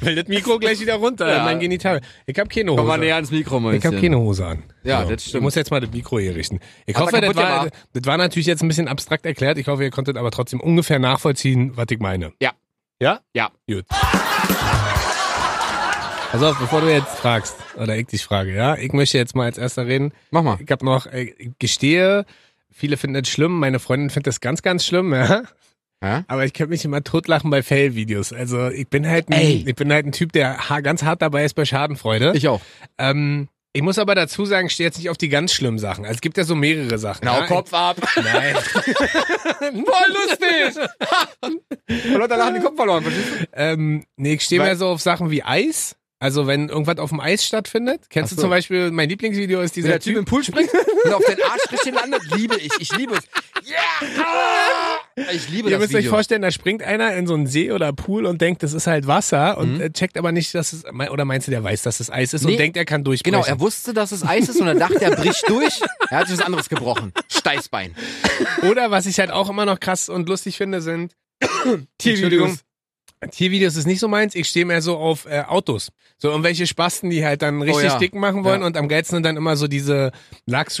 [SPEAKER 2] Will das Mikro gleich wieder runter,
[SPEAKER 1] Ja.
[SPEAKER 2] mein Genital. Ich hab keine Hose.
[SPEAKER 1] Komm mal
[SPEAKER 2] an.
[SPEAKER 1] näher ans Mikro,
[SPEAKER 2] Ich
[SPEAKER 1] Mäuschen.
[SPEAKER 2] habe keine Hose an.
[SPEAKER 1] Ja,
[SPEAKER 2] So.
[SPEAKER 1] das stimmt.
[SPEAKER 2] Ich muss jetzt mal das Mikro hier richten. Ich
[SPEAKER 1] Aber
[SPEAKER 2] hoffe, das
[SPEAKER 1] kaputt
[SPEAKER 2] war,
[SPEAKER 1] gemacht.
[SPEAKER 2] das war natürlich jetzt ein bisschen abstrakt erklärt. Ich hoffe, ihr konntet aber trotzdem ungefähr nachvollziehen, was ich meine.
[SPEAKER 1] Ja.
[SPEAKER 2] Ja?
[SPEAKER 1] Ja.
[SPEAKER 2] Gut. Pass auf, bevor du jetzt fragst, oder ich dich frage, ja? Ich möchte jetzt mal als erster reden.
[SPEAKER 1] Mach mal.
[SPEAKER 2] Ich habe noch, äh, ich gestehe, viele finden das schlimm, meine Freundin findet das ganz, ganz schlimm, ja?
[SPEAKER 1] Hä?
[SPEAKER 2] Aber ich könnte mich immer totlachen bei Fail-Videos. Also ich bin halt ein,
[SPEAKER 1] Ey.
[SPEAKER 2] ich bin halt ein Typ, der ha- ganz hart dabei ist bei Schadenfreude.
[SPEAKER 1] Ich auch.
[SPEAKER 2] Ähm, ich muss aber dazu sagen, ich stehe jetzt nicht auf die ganz schlimmen Sachen. Also es gibt ja so mehrere Sachen.
[SPEAKER 1] Genau,
[SPEAKER 2] ja,
[SPEAKER 1] Kopf ab.
[SPEAKER 2] Ich, nein.
[SPEAKER 1] Voll lustig. Leute lachen den Kopf verloren. verstehst du?
[SPEAKER 2] ähm, nee, ich stehe
[SPEAKER 1] Weil-
[SPEAKER 2] mehr so auf Sachen wie Eis. Also wenn irgendwas auf dem Eis stattfindet. Kennst
[SPEAKER 1] Ach
[SPEAKER 2] du
[SPEAKER 1] so.
[SPEAKER 2] zum Beispiel, mein Lieblingsvideo ist
[SPEAKER 1] Wenn
[SPEAKER 2] dieser
[SPEAKER 1] der Typ
[SPEAKER 2] Typ.
[SPEAKER 1] im Pool springt und auf den Arschrichchen landet, liebe ich. Ich liebe es. Yeah! Ah! Ich liebe
[SPEAKER 2] Ihr
[SPEAKER 1] das
[SPEAKER 2] müsst euch
[SPEAKER 1] Video.
[SPEAKER 2] vorstellen, da springt einer in so einen See oder Pool und denkt, das ist halt Wasser und äh, checkt aber nicht, dass es, me- oder meinst du, der weiß, dass es Eis ist und
[SPEAKER 1] Mhm. Nee.
[SPEAKER 2] denkt, er kann durchbrechen.
[SPEAKER 1] Genau, er wusste, dass es Eis ist und er dachte, er bricht durch. Er hat sich was anderes gebrochen. Steißbein.
[SPEAKER 2] Oder was ich halt auch immer noch krass und lustig finde, sind Tiervideos. Tiervideos ist nicht so meins. Ich stehe mehr so auf äh, Autos. So irgendwelche Spasten, die halt dann richtig
[SPEAKER 1] Oh ja.
[SPEAKER 2] dick machen wollen.
[SPEAKER 1] Ja.
[SPEAKER 2] Und am geilsten sind dann immer so diese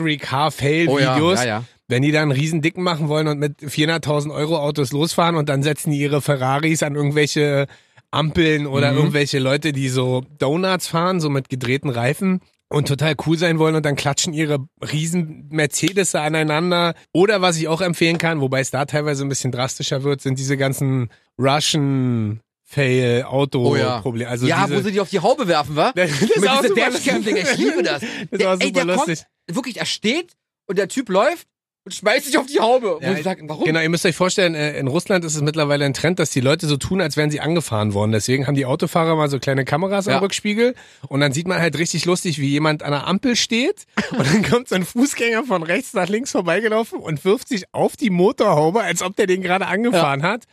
[SPEAKER 1] Oh ja,
[SPEAKER 2] Luxury-Car-Fail-Videos,
[SPEAKER 1] ja, ja.
[SPEAKER 2] wenn die dann einen riesen dicken machen wollen und mit 400.000 Euro Autos losfahren und dann setzen die ihre Ferraris an irgendwelche Ampeln oder
[SPEAKER 1] Mhm.
[SPEAKER 2] irgendwelche Leute, die so Donuts fahren, so mit gedrehten Reifen. Und total cool sein wollen und dann klatschen ihre riesen Mercedes aneinander. Oder was ich auch empfehlen kann, wobei es da teilweise ein bisschen drastischer wird, sind diese ganzen Russian Fail Auto
[SPEAKER 1] Oh ja.
[SPEAKER 2] Probleme. Also
[SPEAKER 1] ja,
[SPEAKER 2] diese,
[SPEAKER 1] wo sie die auf die Haube werfen, wa?
[SPEAKER 2] das ist
[SPEAKER 1] Mit
[SPEAKER 2] auch
[SPEAKER 1] dieser
[SPEAKER 2] super
[SPEAKER 1] Dashcam-Ding, ich liebe das.
[SPEAKER 2] Das war
[SPEAKER 1] Der- ey, der
[SPEAKER 2] super
[SPEAKER 1] kommt-
[SPEAKER 2] lustig.
[SPEAKER 1] Wirklich, er steht und der Typ läuft und schmeißt sich auf die Haube.
[SPEAKER 2] Ja,
[SPEAKER 1] wo ich sage, warum?
[SPEAKER 2] Genau, ihr müsst euch vorstellen, äh, in Russland ist es mittlerweile ein Trend, dass die Leute so tun, als wären sie angefahren worden. Deswegen haben die Autofahrer mal so kleine Kameras am
[SPEAKER 1] Ja.
[SPEAKER 2] Rückspiegel und dann sieht man halt richtig lustig, wie jemand an der Ampel steht und dann kommt so ein Fußgänger von rechts nach links vorbeigelaufen und wirft sich auf die Motorhaube, als ob der den gerade angefahren hat.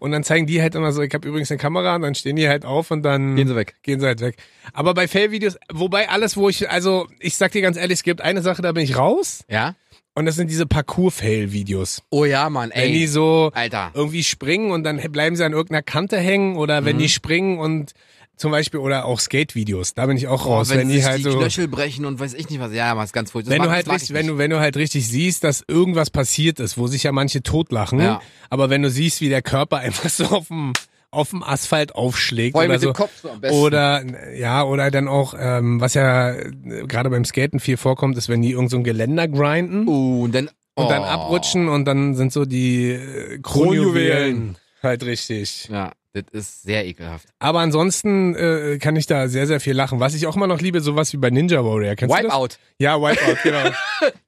[SPEAKER 2] Und dann zeigen die halt immer so, ich habe übrigens eine Kamera und dann stehen die halt auf und dann
[SPEAKER 1] Gehen sie weg.
[SPEAKER 2] gehen sie halt weg. Aber bei Fail-Videos, wobei alles, wo ich, also ich sag dir ganz ehrlich, es gibt eine Sache, da bin ich raus
[SPEAKER 1] Ja?
[SPEAKER 2] und das sind diese Parkour-Fail-Videos.
[SPEAKER 1] Oh ja, Mann,
[SPEAKER 2] Wenn die
[SPEAKER 1] ey.
[SPEAKER 2] so
[SPEAKER 1] Alter.
[SPEAKER 2] irgendwie springen und dann bleiben sie an irgendeiner Kante hängen oder
[SPEAKER 1] Mhm.
[SPEAKER 2] wenn die springen und zum Beispiel oder auch Skate-Videos, da bin ich auch raus,
[SPEAKER 1] wenn,
[SPEAKER 2] wenn,
[SPEAKER 1] sich
[SPEAKER 2] die halt
[SPEAKER 1] die
[SPEAKER 2] so.
[SPEAKER 1] Knöchel brechen und weiß ich nicht was. Ja, Mann, ist ganz furchtbar. Das mag-
[SPEAKER 2] Wenn du,
[SPEAKER 1] das
[SPEAKER 2] halt
[SPEAKER 1] mag
[SPEAKER 2] richtig,
[SPEAKER 1] ich
[SPEAKER 2] wenn,
[SPEAKER 1] nicht.
[SPEAKER 2] du, wenn du halt richtig siehst, dass irgendwas passiert ist, wo sich ja manche totlachen,
[SPEAKER 1] Ja.
[SPEAKER 2] aber wenn du siehst, wie der Körper einfach so auf dem, auf dem Asphalt aufschlägt
[SPEAKER 1] Vor allem
[SPEAKER 2] oder
[SPEAKER 1] mit
[SPEAKER 2] so.
[SPEAKER 1] dem Kopf so am besten.
[SPEAKER 2] Oder ja, oder dann auch, ähm, was ja äh, gerade beim Skaten viel vorkommt, ist, wenn die irgend so ein Geländer grinden
[SPEAKER 1] oh, und dann,
[SPEAKER 2] und dann
[SPEAKER 1] oh.
[SPEAKER 2] abrutschen und dann sind so die äh, Kronjuwelen
[SPEAKER 1] Kronjuwelen.
[SPEAKER 2] halt richtig.
[SPEAKER 1] Oh, Ja, das ist sehr ekelhaft.
[SPEAKER 2] Aber ansonsten äh, kann ich da sehr, sehr viel lachen. Was ich auch immer noch liebe, sowas wie bei Ninja Warrior. Kennst du das?
[SPEAKER 1] Wipeout.
[SPEAKER 2] Ja, Wipeout, genau.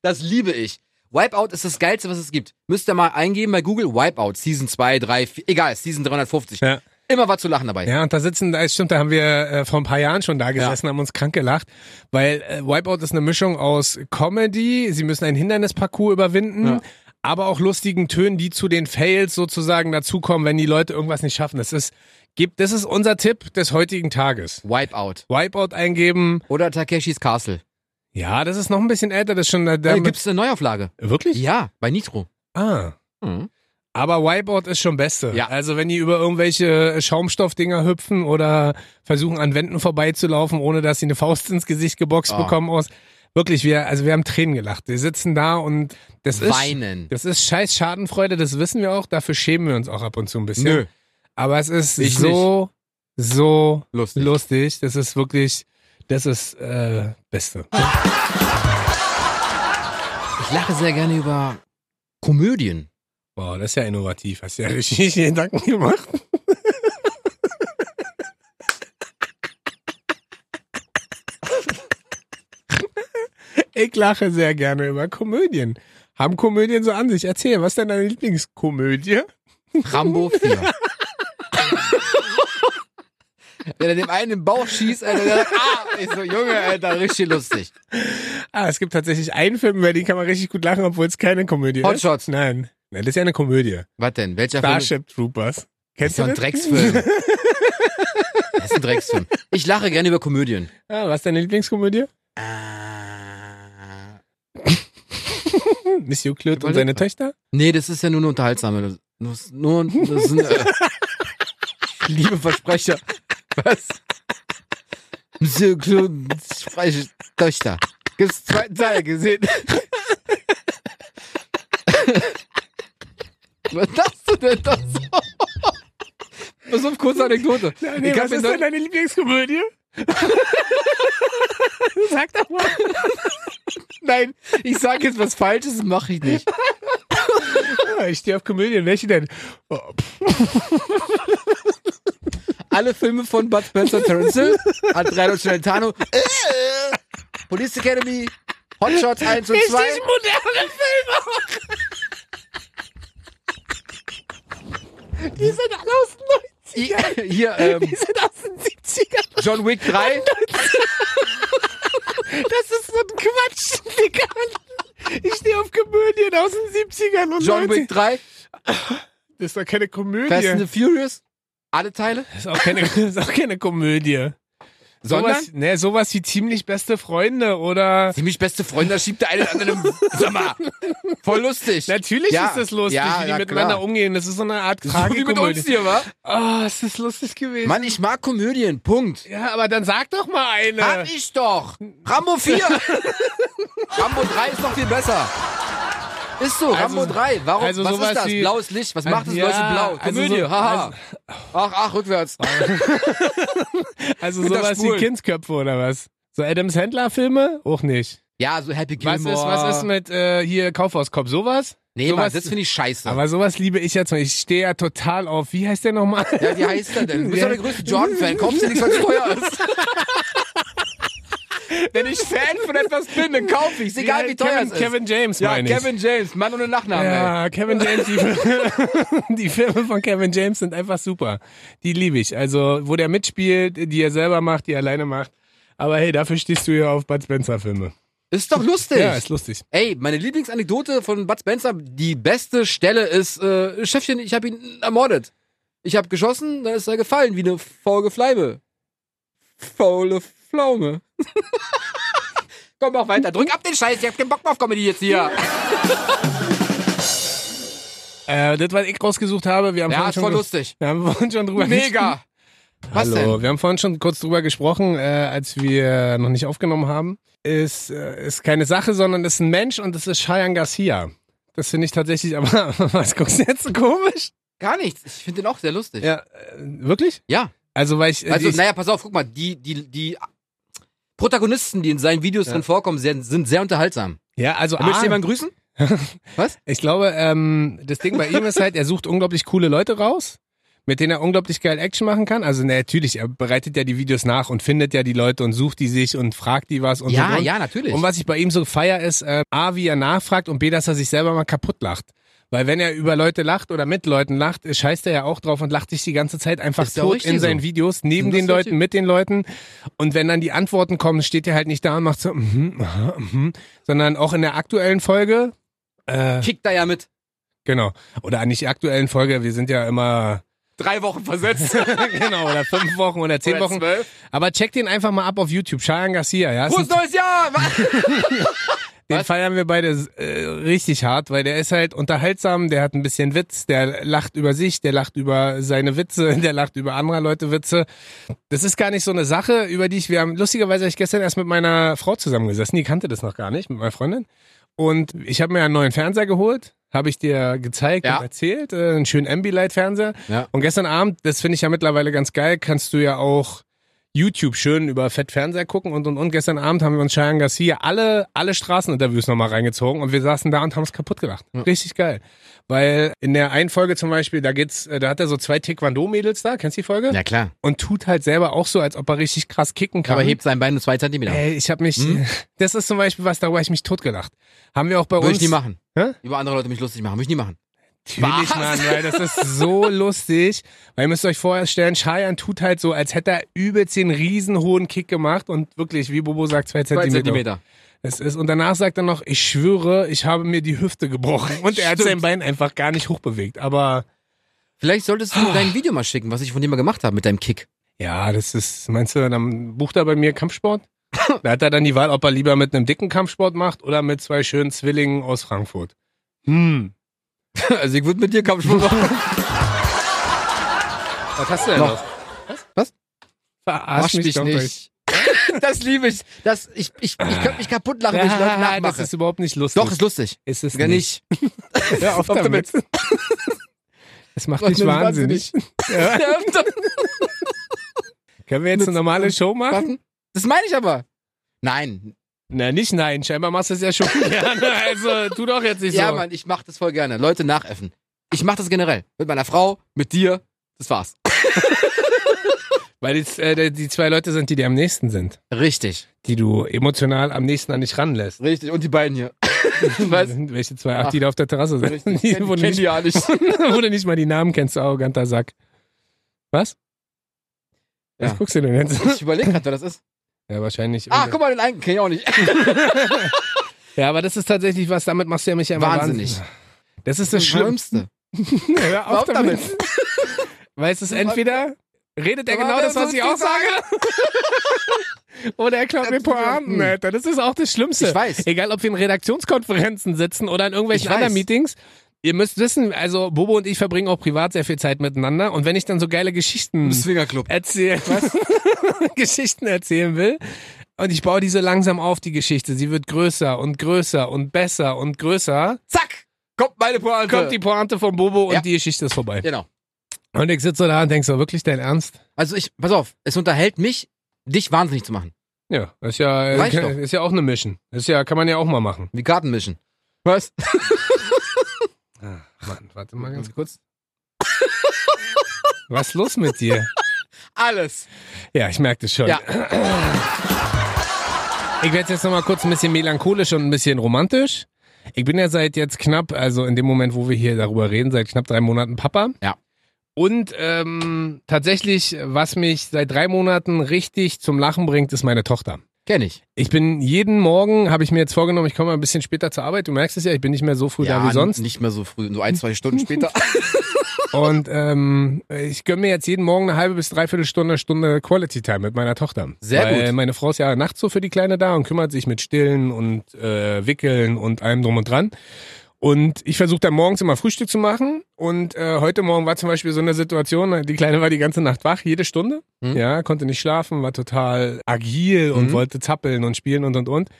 [SPEAKER 1] Das liebe ich. Wipeout ist das Geilste, was es gibt. Müsst ihr mal eingeben bei Google Wipeout, Season 2, 3, 4, egal, Season 350.
[SPEAKER 2] Ja.
[SPEAKER 1] Immer was zu lachen dabei.
[SPEAKER 2] ja, und da sitzen, da stimmt, da haben wir äh, vor ein paar Jahren schon da gesessen, haben uns krank gelacht, weil äh, Wipeout ist eine Mischung aus Comedy, sie müssen ein Hindernisparcours überwinden,
[SPEAKER 1] Ja.
[SPEAKER 2] aber auch lustigen Tönen, die zu den Fails sozusagen dazukommen, wenn die Leute irgendwas nicht schaffen. Das ist, gibt, das ist unser Tipp des heutigen Tages.
[SPEAKER 1] Wipeout.
[SPEAKER 2] Wipeout eingeben.
[SPEAKER 1] Oder Takeshis Castle.
[SPEAKER 2] Ja, das ist noch ein bisschen älter, das ist schon äh, da,
[SPEAKER 1] Da
[SPEAKER 2] damit,
[SPEAKER 1] gibt's eine Neuauflage.
[SPEAKER 2] Wirklich?
[SPEAKER 1] Ja, bei Nitro.
[SPEAKER 2] Ah.
[SPEAKER 1] Hm.
[SPEAKER 2] Aber Wipeout ist schon beste.
[SPEAKER 1] Ja.
[SPEAKER 2] Also wenn die über irgendwelche Schaumstoffdinger hüpfen oder versuchen an Wänden vorbeizulaufen, ohne dass sie eine Faust ins Gesicht geboxt
[SPEAKER 1] Ah.
[SPEAKER 2] bekommen aus. Wirklich, wir, also wir haben Tränen gelacht. Wir sitzen da und das ist,
[SPEAKER 1] Weinen.
[SPEAKER 2] das ist scheiß Schadenfreude, das wissen wir auch. Dafür schämen wir uns auch ab und zu ein bisschen.
[SPEAKER 1] Nö.
[SPEAKER 2] Aber es ist
[SPEAKER 1] Ich
[SPEAKER 2] so so
[SPEAKER 1] Lustig.
[SPEAKER 2] lustig. Das ist wirklich, das ist äh, Beste.
[SPEAKER 1] Ich lache sehr gerne über Komödien.
[SPEAKER 2] Wow, das ist ja innovativ. Hast ja richtig Gedanken gemacht. Ich lache sehr gerne über Komödien. Haben Komödien so an sich? Erzähl, was ist denn deine Lieblingskomödie?
[SPEAKER 1] Rambo 4. Wenn er dem einen im Bauch schießt, Alter, der sagt, ah, ich so, Junge, Alter, richtig lustig.
[SPEAKER 2] Ah, es gibt tatsächlich einen Film, über den kann man richtig gut lachen, obwohl es keine Komödie
[SPEAKER 1] Hot
[SPEAKER 2] ist.
[SPEAKER 1] Shots.
[SPEAKER 2] Nein. Nein, das ist ja eine Komödie.
[SPEAKER 1] Was denn? Welcher Film?
[SPEAKER 2] Starship Troopers.
[SPEAKER 1] Das
[SPEAKER 2] Kennst
[SPEAKER 1] ist doch ein
[SPEAKER 2] du das?
[SPEAKER 1] Drecksfilm. Das ist ein Drecksfilm. Ich lache gerne über Komödien.
[SPEAKER 2] Ah, was ist deine Lieblingskomödie? Ah. Hm, Monsieur Claude und
[SPEAKER 1] Überleg
[SPEAKER 2] seine
[SPEAKER 1] mal.
[SPEAKER 2] Töchter?
[SPEAKER 1] Nee, das ist ja nur eine unterhaltsame. Nur, nur das ist ein, äh, liebe Versprecher. Was? Monsieur Claude Sprecher, Töchter. Gibt's zweiten Teil gesehen? Was machst du denn da so? Pass auf, kurze Anekdote.
[SPEAKER 2] Nee,
[SPEAKER 1] Ich hab
[SPEAKER 2] was
[SPEAKER 1] in
[SPEAKER 2] ist
[SPEAKER 1] Deu-
[SPEAKER 2] denn deine Lieblingskomödie? Sag doch mal.
[SPEAKER 1] Nein, ich sage jetzt was Falsches, mache ich nicht.
[SPEAKER 2] Ja, Ich stehe auf Komödien. Welche denn? Oh, pff,
[SPEAKER 1] Alle Filme von Bud Spencer, Terence Hill, Andrea Celentano, äh, Police Academy, Hot Shots 1 und 2.
[SPEAKER 2] moderne Filme. Die sind alle aus den
[SPEAKER 1] Hier, hier ähm,
[SPEAKER 2] sind aus den 70ern.
[SPEAKER 1] John Wick 3.
[SPEAKER 2] Das ist so ein Quatsch, Digga. Ich stehe auf Komödien aus den 70ern und
[SPEAKER 1] John Wick 3.
[SPEAKER 2] Das ist doch keine Komödie.
[SPEAKER 1] Fast and the Furious. Alle Teile.
[SPEAKER 2] Das ist auch keine, das ist auch keine Komödie.
[SPEAKER 1] Sondern
[SPEAKER 2] Sowas, ne, sowas wie ziemlich beste Freunde oder.
[SPEAKER 1] ziemlich beste Freunde, da schiebt der eine den anderen. Sag mal. Voll lustig.
[SPEAKER 2] Natürlich
[SPEAKER 1] Ja,
[SPEAKER 2] ist das lustig,
[SPEAKER 1] ja,
[SPEAKER 2] wie die
[SPEAKER 1] na
[SPEAKER 2] miteinander
[SPEAKER 1] klar.
[SPEAKER 2] umgehen. Das ist so eine Art
[SPEAKER 1] So wie mit uns
[SPEAKER 2] Tragikomödie.
[SPEAKER 1] hier, wa?
[SPEAKER 2] Ah, es ist lustig gewesen.
[SPEAKER 1] Mann, ich mag Komödien. Punkt.
[SPEAKER 2] Ja, aber dann sag doch mal eine.
[SPEAKER 1] Hab ich doch. Rambo 4. Rambo 3 ist noch viel besser. Ist so,
[SPEAKER 2] Also-
[SPEAKER 1] Rambo 3. Warum?
[SPEAKER 2] also
[SPEAKER 1] was
[SPEAKER 2] sowas
[SPEAKER 1] ist das?
[SPEAKER 2] wie-
[SPEAKER 1] Blaues Licht. Was macht das
[SPEAKER 2] Ja,
[SPEAKER 1] Leuchten blau?
[SPEAKER 2] also
[SPEAKER 1] Komödie.
[SPEAKER 2] so-
[SPEAKER 1] Haha.
[SPEAKER 2] also-
[SPEAKER 1] ach, ach, rückwärts.
[SPEAKER 2] also
[SPEAKER 1] mit der
[SPEAKER 2] sowas wie
[SPEAKER 1] Spul.
[SPEAKER 2] Kindsköpfe oder was? So Adam Sandler Filme? Auch nicht.
[SPEAKER 1] Ja, so Happy
[SPEAKER 2] Was
[SPEAKER 1] Gilmore.
[SPEAKER 2] ist, was ist mit äh, hier Kaufhauskopf? Sowas?
[SPEAKER 1] Nee, Mann,
[SPEAKER 2] sowas-
[SPEAKER 1] das finde ich scheiße.
[SPEAKER 2] Aber sowas liebe ich ja zum Beispiel. Ich stehe ja total auf. Wie heißt der nochmal?
[SPEAKER 1] Ja, wie heißt er denn? Du bist doch der größte Jordan-Fan. Kaufst dir nichts, was teuer ist. Wenn ich Fan von etwas bin, dann kaufe ich. Ist egal, wie teuer es
[SPEAKER 2] halt. Kevin,
[SPEAKER 1] ist.
[SPEAKER 2] Kevin James,
[SPEAKER 1] ja,
[SPEAKER 2] meine ich.
[SPEAKER 1] Kevin James, Mann ohne Nachnamen, ey.
[SPEAKER 2] Ja, Kevin James, die, Filme- die Filme von Kevin James sind einfach super. Die liebe ich. Also, wo der mitspielt, die er selber macht, die er alleine macht. Aber hey, dafür stehst du ja auf Bud Spencer Filme.
[SPEAKER 1] Ist doch lustig.
[SPEAKER 2] Ja, ist lustig.
[SPEAKER 1] Ey, meine Lieblingsanekdote von Bud Spencer, die beste Stelle ist, äh, Chefchen, ich habe ihn ermordet. Ich habe geschossen, dann ist er gefallen, wie eine fauge Fleibe. Faule Pflaume. Komm, mach weiter. Drück ab den Scheiß, ich hab keinen Bock mehr auf Comedy jetzt hier.
[SPEAKER 2] Äh, das, was ich rausgesucht habe, wir haben
[SPEAKER 1] Ja,
[SPEAKER 2] vorhin
[SPEAKER 1] ist
[SPEAKER 2] schon
[SPEAKER 1] voll
[SPEAKER 2] ge-
[SPEAKER 1] lustig.
[SPEAKER 2] Wir haben vorhin schon drüber
[SPEAKER 1] Mega. Was
[SPEAKER 2] Hallo,
[SPEAKER 1] denn?
[SPEAKER 2] wir haben vorhin schon kurz drüber gesprochen, äh, als wir noch nicht aufgenommen haben. Ist, äh, ist keine Sache, sondern ist ein Mensch und es ist Cheyenne Garcia. Das finde ich tatsächlich, aber was guckst du jetzt so komisch?
[SPEAKER 1] Gar nichts. Ich finde den auch sehr lustig. Ja.
[SPEAKER 2] Ja, äh, wirklich? Also, weil ich. äh,
[SPEAKER 1] Also,
[SPEAKER 2] ich
[SPEAKER 1] naja, pass auf, guck mal, die, die, die Protagonisten, die in seinen Videos
[SPEAKER 2] Ja.
[SPEAKER 1] drin vorkommen, sind, sind sehr unterhaltsam.
[SPEAKER 2] ja, also,
[SPEAKER 1] Willst du
[SPEAKER 2] A,
[SPEAKER 1] jemanden grüßen?
[SPEAKER 2] ich glaube, ähm, das Ding bei ihm ist halt, er sucht unglaublich coole Leute raus, mit denen er unglaublich geil Action machen kann. Also, na, natürlich, er bereitet ja die Videos nach und findet ja die Leute und sucht die sich und fragt die was und und,
[SPEAKER 1] Ja,
[SPEAKER 2] und.
[SPEAKER 1] ja, natürlich.
[SPEAKER 2] Und was ich bei ihm so feier ist, äh, A, wie er nachfragt und B, dass er sich selber mal kaputt lacht. Weil wenn er über Leute lacht oder mit Leuten lacht, äh, scheißt er ja auch drauf und lacht sich die ganze Zeit einfach
[SPEAKER 1] Ist ja auch
[SPEAKER 2] tot
[SPEAKER 1] richtig
[SPEAKER 2] in seinen
[SPEAKER 1] so.
[SPEAKER 2] Videos, neben
[SPEAKER 1] Ist ein
[SPEAKER 2] den
[SPEAKER 1] lustiger
[SPEAKER 2] Leuten,
[SPEAKER 1] Typ.
[SPEAKER 2] mit den Leuten. Und wenn dann die Antworten kommen, steht er halt nicht da und macht so, mhm, aha, mhm, sondern auch in der aktuellen Folge, äh,
[SPEAKER 1] Kickt da ja mit.
[SPEAKER 2] genau, oder nicht die aktuellen Folge, wir sind ja immer,
[SPEAKER 1] Drei Wochen versetzt.
[SPEAKER 2] genau, oder fünf Wochen oder zehn
[SPEAKER 1] Oder
[SPEAKER 2] Wochen.
[SPEAKER 1] zwölf.
[SPEAKER 2] Aber check den einfach mal ab auf YouTube, Cheyenne Garcia, ja. Ist ein
[SPEAKER 1] Frohes neues Jahr!
[SPEAKER 2] Den
[SPEAKER 1] Was?
[SPEAKER 2] feiern wir beide äh, richtig hart, weil der ist halt unterhaltsam, der hat ein bisschen Witz, der lacht über sich, der lacht über seine Witze, der lacht über andere Leute Witze. Das ist gar nicht so eine Sache, über die ich, wir haben, lustigerweise habe ich gestern erst mit meiner Frau zusammengesessen, die kannte das noch gar nicht, mit meiner Freundin. Und ich habe mir einen neuen Fernseher geholt, habe ich dir gezeigt
[SPEAKER 1] Ja.
[SPEAKER 2] und erzählt, äh, einen schönen Ambilight-Fernseher.
[SPEAKER 1] Ja.
[SPEAKER 2] Und gestern Abend, das finde ich ja mittlerweile ganz geil, kannst du ja auch YouTube schön über Fettfernseher gucken und und und. Gestern Abend haben wir uns Cheyenne Garcia alle, alle Straßeninterviews nochmal reingezogen und wir saßen da und haben es kaputt gemacht. Richtig geil. Weil in der einen Folge zum Beispiel, da geht's, äh, da hat er so zwei Taekwondo-Mädels da, kennst du die Folge?
[SPEAKER 1] Ja, klar.
[SPEAKER 2] Und tut halt selber auch so, als ob er richtig krass kicken kann.
[SPEAKER 1] Aber hebt sein Bein nur zwei Zentimeter.
[SPEAKER 2] Ey, ich habe mich,
[SPEAKER 1] Hm?
[SPEAKER 2] das ist zum Beispiel was, da war ich mich totgelacht. Haben wir auch bei
[SPEAKER 1] Würde
[SPEAKER 2] uns.
[SPEAKER 1] ich nie machen.
[SPEAKER 2] Hä?
[SPEAKER 1] Über andere Leute mich lustig machen. Würde ich nie machen.
[SPEAKER 2] Natürlich,
[SPEAKER 1] Was?
[SPEAKER 2] Mann, weil das ist so lustig. Weil ihr müsst euch vorstellen, Cheyenne tut halt so, als hätte er übelst den riesenhohen Kick gemacht und wirklich, wie Bobo sagt, zwei
[SPEAKER 1] Zwei
[SPEAKER 2] Zentimeter.
[SPEAKER 1] Zentimeter.
[SPEAKER 2] Es ist, und danach sagt er noch, ich schwöre, ich habe mir die Hüfte gebrochen. Und er hat
[SPEAKER 1] Stimmt.
[SPEAKER 2] sein Bein einfach gar nicht hochbewegt. Aber
[SPEAKER 1] Vielleicht solltest du mir dein Video mal schicken, was ich von dir mal gemacht habe mit deinem Kick.
[SPEAKER 2] ja, das ist, meinst du, dann bucht er bei mir Kampfsport? Da hat er dann die Wahl, ob er lieber mit einem dicken Kampfsport macht oder mit zwei schönen Zwillingen aus Frankfurt. Hm.
[SPEAKER 1] Also ich würde mit dir Kampfsport machen.
[SPEAKER 2] Was hast du denn
[SPEAKER 1] Noch.
[SPEAKER 2] noch?
[SPEAKER 1] Was?
[SPEAKER 2] Verarsch
[SPEAKER 1] Arsch
[SPEAKER 2] mich
[SPEAKER 1] mich
[SPEAKER 2] doch
[SPEAKER 1] nicht. Das liebe ich. Das, ich, ich, ich könnte mich kaputt lachen, wenn ich Leute
[SPEAKER 2] Ah, das
[SPEAKER 1] nachmache.
[SPEAKER 2] ist überhaupt nicht lustig.
[SPEAKER 1] Doch, ist lustig.
[SPEAKER 2] ist es
[SPEAKER 1] Gar nicht.
[SPEAKER 2] Hör auf
[SPEAKER 1] Auf
[SPEAKER 2] damit. Das macht mich
[SPEAKER 1] mich
[SPEAKER 2] wahnsinnig. Ja. Können wir jetzt eine normale Show machen?
[SPEAKER 1] Warten. Das meine ich aber. Nein.
[SPEAKER 2] Na, nicht nein. Scheinbar machst du es ja schon gerne. Also, tu doch jetzt nicht
[SPEAKER 1] Ja,
[SPEAKER 2] so.
[SPEAKER 1] Mann, ich mache das voll gerne. Leute nachäffen. Ich mache das generell. Mit meiner Frau, mit dir. Das war's.
[SPEAKER 2] Weil jetzt, äh, die zwei Leute sind, die dir am nächsten sind.
[SPEAKER 1] Richtig.
[SPEAKER 2] Die du emotional am nächsten an dich ranlässt.
[SPEAKER 1] Richtig. Und die beiden hier.
[SPEAKER 2] Das
[SPEAKER 1] Weißt
[SPEAKER 2] sind welche zwei,
[SPEAKER 1] Ach.
[SPEAKER 2] ach, die da auf der Terrasse
[SPEAKER 1] du?
[SPEAKER 2] sind.
[SPEAKER 1] Richtig.
[SPEAKER 2] Die,
[SPEAKER 1] Kenn-
[SPEAKER 2] wo, du
[SPEAKER 1] kenn die
[SPEAKER 2] nicht,
[SPEAKER 1] ja nicht.
[SPEAKER 2] wo du nicht mal die Namen kennst, du arroganter Sack. Was?
[SPEAKER 1] Ja.
[SPEAKER 2] Was guckst du denn jetzt?
[SPEAKER 1] Ich überlege gerade, wer das ist.
[SPEAKER 2] Ja, wahrscheinlich.
[SPEAKER 1] Ah, guck mal, den einen kenn ich auch nicht.
[SPEAKER 2] Ja, aber das ist tatsächlich was, damit machst du ja mich ja immer
[SPEAKER 1] Wahnsinnig.
[SPEAKER 2] wahnsinnig. Das ist das Schlimmste. Hör auf
[SPEAKER 1] Hör auf
[SPEAKER 2] damit. Weil es ist entweder, redet er
[SPEAKER 1] Aber
[SPEAKER 2] genau
[SPEAKER 1] wer
[SPEAKER 2] das, was
[SPEAKER 1] soll's
[SPEAKER 2] ich
[SPEAKER 1] denn
[SPEAKER 2] auch sage, oder er klaut
[SPEAKER 1] Das
[SPEAKER 2] mir
[SPEAKER 1] tut mir-
[SPEAKER 2] Pointen,
[SPEAKER 1] Hm.
[SPEAKER 2] Alter. Das ist auch das Schlimmste.
[SPEAKER 1] Ich weiß.
[SPEAKER 2] Egal, ob wir in Redaktionskonferenzen sitzen oder in irgendwelchen
[SPEAKER 1] Ich weiß.
[SPEAKER 2] anderen Meetings. Ihr müsst wissen, also Bobo und ich verbringen auch privat sehr viel Zeit miteinander. Und wenn ich dann so geile Geschichten
[SPEAKER 1] Swingerclub.
[SPEAKER 2] erzählen, Geschichten erzählen will. Und ich baue diese langsam auf, die Geschichte. Sie wird größer und größer und besser und größer.
[SPEAKER 1] Zack! Kommt meine Pointe.
[SPEAKER 2] Kommt die Pointe von Bobo und
[SPEAKER 1] Äh. Ja.
[SPEAKER 2] die Geschichte ist vorbei.
[SPEAKER 1] Genau.
[SPEAKER 2] Und ich sitze so da und denk so, wirklich dein Ernst?
[SPEAKER 1] Also ich, pass auf, es unterhält mich, dich wahnsinnig zu machen.
[SPEAKER 2] Ja, ist ja, äh,
[SPEAKER 1] Reicht
[SPEAKER 2] kann-
[SPEAKER 1] doch.
[SPEAKER 2] ist ja auch eine Mission. Ist ja, kann man ja auch mal machen.
[SPEAKER 1] Wie Karten mischen. Was?
[SPEAKER 2] Mann, warte mal ganz kurz. Was ist los mit dir?
[SPEAKER 1] Alles.
[SPEAKER 2] Ja, ich merke das schon.
[SPEAKER 1] Ja.
[SPEAKER 2] Ich werde jetzt nochmal kurz ein bisschen melancholisch und ein bisschen romantisch. Ich bin ja seit jetzt knapp, also in dem Moment, wo wir hier darüber reden, seit knapp drei Monaten Papa.
[SPEAKER 1] Ja.
[SPEAKER 2] Und ähm, tatsächlich, was mich seit drei Monaten richtig zum Lachen bringt, ist meine Tochter.
[SPEAKER 1] Kenn ich.
[SPEAKER 2] Ich bin jeden Morgen, habe ich mir jetzt vorgenommen, ich komme mal ein bisschen später zur Arbeit. Du merkst es ja, ich bin nicht mehr so früh da wie sonst.
[SPEAKER 1] Nicht mehr so früh, so ein, zwei Stunden später.
[SPEAKER 2] Und ähm, ich gönne mir jetzt jeden Morgen eine halbe bis dreiviertel Stunde, Stunde Quality Time mit meiner Tochter.
[SPEAKER 1] Sehr
[SPEAKER 2] Weil
[SPEAKER 1] gut.
[SPEAKER 2] Meine Frau ist ja nachts so für die Kleine da und kümmert sich mit Stillen und äh, Wickeln und allem drum und dran. Und ich versuche dann morgens immer Frühstück zu machen. Und äh, heute Morgen war zum Beispiel so eine Situation, die Kleine war die ganze Nacht wach, jede Stunde.
[SPEAKER 1] Mhm.
[SPEAKER 2] Ja, konnte nicht schlafen, war total agil und
[SPEAKER 1] Mhm.
[SPEAKER 2] wollte zappeln und spielen und und und.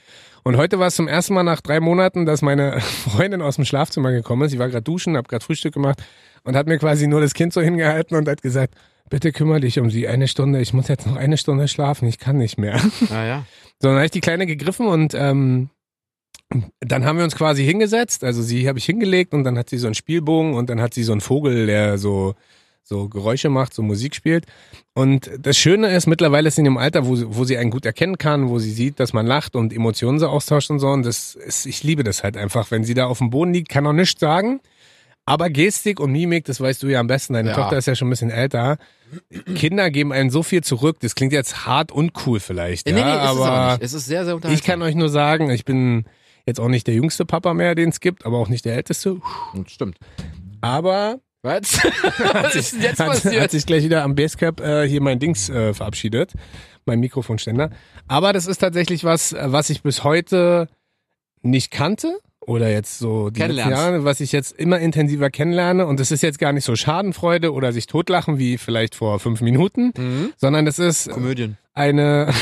[SPEAKER 2] Und heute war es zum ersten Mal nach drei Monaten, dass meine Freundin aus dem Schlafzimmer gekommen ist. Sie war gerade duschen, hab gerade Frühstück gemacht und hat mir quasi nur das Kind so hingehalten und hat gesagt, bitte kümmere dich um sie eine Stunde, ich muss jetzt noch eine Stunde schlafen, ich kann nicht mehr.
[SPEAKER 1] Ja, ja.
[SPEAKER 2] So, dann habe ich die Kleine gegriffen und ähm, dann haben wir uns quasi hingesetzt. Also sie habe ich hingelegt und dann hat sie so einen Spielbogen und dann hat sie so einen Vogel, der so, so Geräusche macht, so Musik spielt. Und das Schöne ist, mittlerweile ist sie in dem Alter, wo sie, wo sie einen gut erkennen kann, wo sie sieht, dass man lacht und Emotionen so austauscht und so. Und das ist, ich liebe das halt einfach. Wenn sie da auf dem Boden liegt, kann auch nichts sagen. Aber Gestik und Mimik, das weißt du ja am besten. Deine
[SPEAKER 1] Ja.
[SPEAKER 2] Tochter ist ja schon ein bisschen älter. Kinder geben einem so viel zurück. Das klingt jetzt hart und cool vielleicht.
[SPEAKER 1] Nee,
[SPEAKER 2] Ja,
[SPEAKER 1] nee, ist
[SPEAKER 2] aber
[SPEAKER 1] es auch nicht. Es ist sehr, sehr
[SPEAKER 2] ich
[SPEAKER 1] unterhaltsam.
[SPEAKER 2] kann euch nur sagen, ich bin jetzt auch nicht der jüngste Papa mehr, den es gibt, aber auch nicht der älteste.
[SPEAKER 1] kann. Stimmt.
[SPEAKER 2] Aber
[SPEAKER 1] Was? Was ist denn jetzt
[SPEAKER 2] hat, hat
[SPEAKER 1] passiert?
[SPEAKER 2] sich gleich wieder am Basecap äh, hier mein Dings äh, verabschiedet, mein Mikrofonständer. Aber das ist tatsächlich was, äh, was ich bis heute nicht kannte oder jetzt so die letzten
[SPEAKER 1] Kennenlernst.
[SPEAKER 2] Jahre, was ich jetzt immer intensiver kennenlerne. Und das ist jetzt gar nicht so Schadenfreude oder sich totlachen wie vielleicht vor fünf Minuten,
[SPEAKER 1] Mhm.
[SPEAKER 2] sondern das ist
[SPEAKER 1] Komödien.
[SPEAKER 2] eine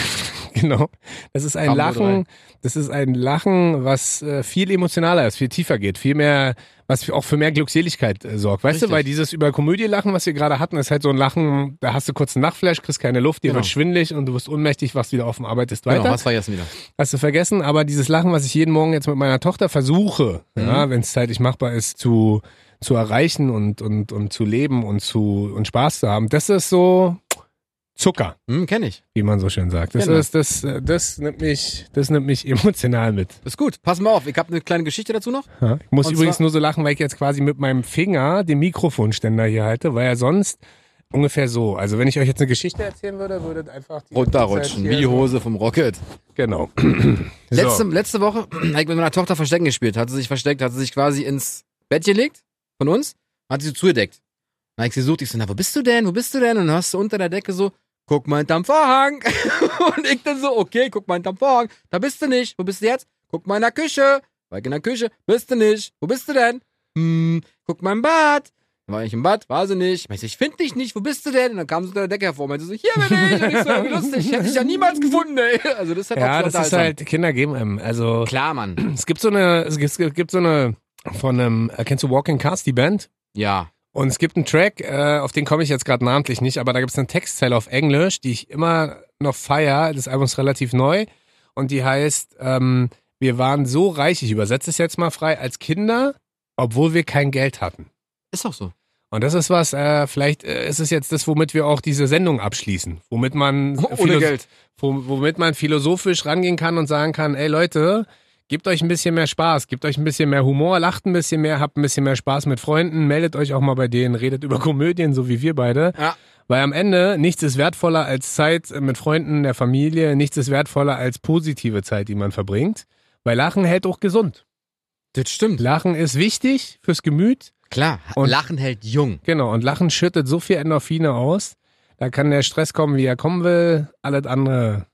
[SPEAKER 2] Genau. Das ist ein
[SPEAKER 1] Haben wir
[SPEAKER 2] Lachen, das ist ein Lachen, was äh, viel emotionaler ist, viel tiefer geht, viel mehr, was auch für mehr Glückseligkeit äh, sorgt. Weißt du,
[SPEAKER 1] Richtig.
[SPEAKER 2] weil dieses über Komödie lachen, was wir gerade hatten, ist halt so ein Lachen, da hast du kurz einen Nachflash, kriegst keine Luft, dir
[SPEAKER 1] Genau.
[SPEAKER 2] wird schwindelig und du wirst ohnmächtig, wachst wieder auf und arbeitest weiter.
[SPEAKER 1] Genau, was war jetzt wieder?
[SPEAKER 2] Hast du vergessen, aber dieses Lachen, was ich jeden Morgen jetzt mit meiner Tochter versuche,
[SPEAKER 1] Mhm.
[SPEAKER 2] ja, wenn es zeitlich machbar ist, zu, zu erreichen und, und, und zu leben und zu und Spaß zu haben, das ist so Zucker,
[SPEAKER 1] Hm, kenn ich.
[SPEAKER 2] wie man so schön sagt. Das
[SPEAKER 1] Genau.
[SPEAKER 2] ist, das, äh, das nimmt mich, das nimmt mich emotional mit.
[SPEAKER 1] Ist gut. Pass mal auf, ich habe eine kleine Geschichte dazu noch.
[SPEAKER 2] Ja, ich muss
[SPEAKER 1] Und
[SPEAKER 2] übrigens
[SPEAKER 1] zwar-
[SPEAKER 2] nur so lachen, weil ich jetzt quasi mit meinem Finger den Mikrofonständer hier halte, weil er sonst ungefähr so. Also wenn ich euch jetzt eine Geschichte erzählen würde, würdet einfach die ganze Zeit
[SPEAKER 1] Runterrutschen,
[SPEAKER 2] hier
[SPEAKER 1] wie die
[SPEAKER 2] so-
[SPEAKER 1] Hose vom Rocket.
[SPEAKER 2] Genau.
[SPEAKER 1] Letzte, letzte Woche habe ich mit meiner Tochter Verstecken gespielt. Hat sie sich versteckt, hat sie sich quasi ins Bett gelegt von uns, hat sie so zugedeckt. Dann hab ich sie sucht, ich so, na, wo bist du denn, wo bist du denn? Und dann hast du unter der Decke so, guck mal hinterm Vorhang. Und ich dann so, okay, guck mal hinterm Vorhang, da bist du nicht, wo bist du jetzt? Guck mal in der Küche, war ich in der Küche, bist du nicht, wo bist du denn? Hm, guck mal im Bad. Dann war ich im Bad, war sie nicht. Meinte, ich finde dich nicht, wo bist du denn? Und dann kam sie unter der Decke hervor, meinte so, hier bin ich. Und ich so, wie lustig, ich hätte dich ja niemals gefunden, ey. Also das hat
[SPEAKER 2] Ja,
[SPEAKER 1] auch
[SPEAKER 2] das ist halt Kinder geben einem. Also
[SPEAKER 1] Klar, Mann.
[SPEAKER 2] es gibt so eine, es gibt, es gibt so eine von einem, äh, kennst du Walking Cars, die Band?
[SPEAKER 1] Ja.
[SPEAKER 2] Und es gibt einen Track, äh, auf den komme ich jetzt gerade namentlich nicht, aber da gibt es eine Textzeile auf Englisch, die ich immer noch feier. Das Album ist relativ neu und die heißt, ähm, wir waren so reich, ich übersetze es jetzt mal frei, als Kinder, obwohl wir kein Geld hatten.
[SPEAKER 1] Ist auch so.
[SPEAKER 2] Und das ist was, äh, vielleicht äh, ist es jetzt das, womit wir auch diese Sendung abschließen, womit man
[SPEAKER 1] Ohne
[SPEAKER 2] Philos-
[SPEAKER 1] Geld.
[SPEAKER 2] wo, womit man philosophisch rangehen kann und sagen kann, ey Leute, gebt euch ein bisschen mehr Spaß, gebt euch ein bisschen mehr Humor, lacht ein bisschen mehr, habt ein bisschen mehr Spaß mit Freunden, meldet euch auch mal bei denen, redet über Komödien, so wie wir beide.
[SPEAKER 1] Ja.
[SPEAKER 2] Weil am Ende nichts ist wertvoller als Zeit mit Freunden, der Familie, nichts ist wertvoller als positive Zeit, die man verbringt. Weil Lachen hält auch gesund.
[SPEAKER 1] Das stimmt.
[SPEAKER 2] Lachen ist wichtig fürs Gemüt.
[SPEAKER 1] Klar.
[SPEAKER 2] Und-
[SPEAKER 1] Lachen hält jung.
[SPEAKER 2] Genau, und Lachen schüttet so viel Endorphine aus, da kann der Stress kommen, wie er kommen will, alles andere.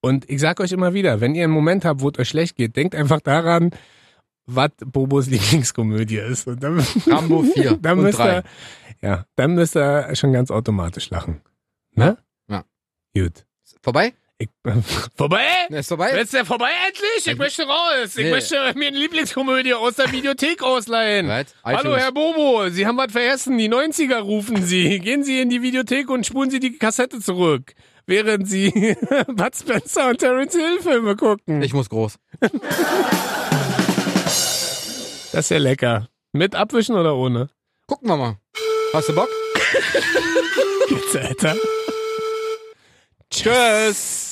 [SPEAKER 2] Und ich sag euch immer wieder, wenn ihr einen Moment habt, wo es euch schlecht geht, denkt einfach daran, was Bobos Lieblingskomödie ist. Und dann,
[SPEAKER 1] Rambo 4
[SPEAKER 2] dann
[SPEAKER 1] und
[SPEAKER 2] müsst
[SPEAKER 1] drei.
[SPEAKER 2] ihr, ja, dann müsst ihr schon ganz automatisch lachen. Ne?
[SPEAKER 1] Ja.
[SPEAKER 2] Gut.
[SPEAKER 1] Vorbei?
[SPEAKER 2] Ich, vorbei?
[SPEAKER 1] Ne, ist vorbei?
[SPEAKER 2] Jetzt ist der vorbei endlich? Ich
[SPEAKER 1] Nein.
[SPEAKER 2] möchte raus. Ich
[SPEAKER 1] Nee.
[SPEAKER 2] möchte mir eine Lieblingskomödie aus der Videothek ausleihen.
[SPEAKER 1] Right?
[SPEAKER 2] Hallo,
[SPEAKER 1] iTunes.
[SPEAKER 2] Herr Bobo, Sie haben was vergessen. Die 90er rufen Sie. Gehen Sie in die Videothek und spulen Sie die Kassette zurück, während Sie Bud Spencer und Terence Hill Filme gucken.
[SPEAKER 1] Ich muss groß.
[SPEAKER 2] das ist ja lecker. Mit Abwischen oder ohne?
[SPEAKER 1] Gucken wir mal. Hast du Bock?
[SPEAKER 2] Geht's, Alter?
[SPEAKER 1] Tschüss.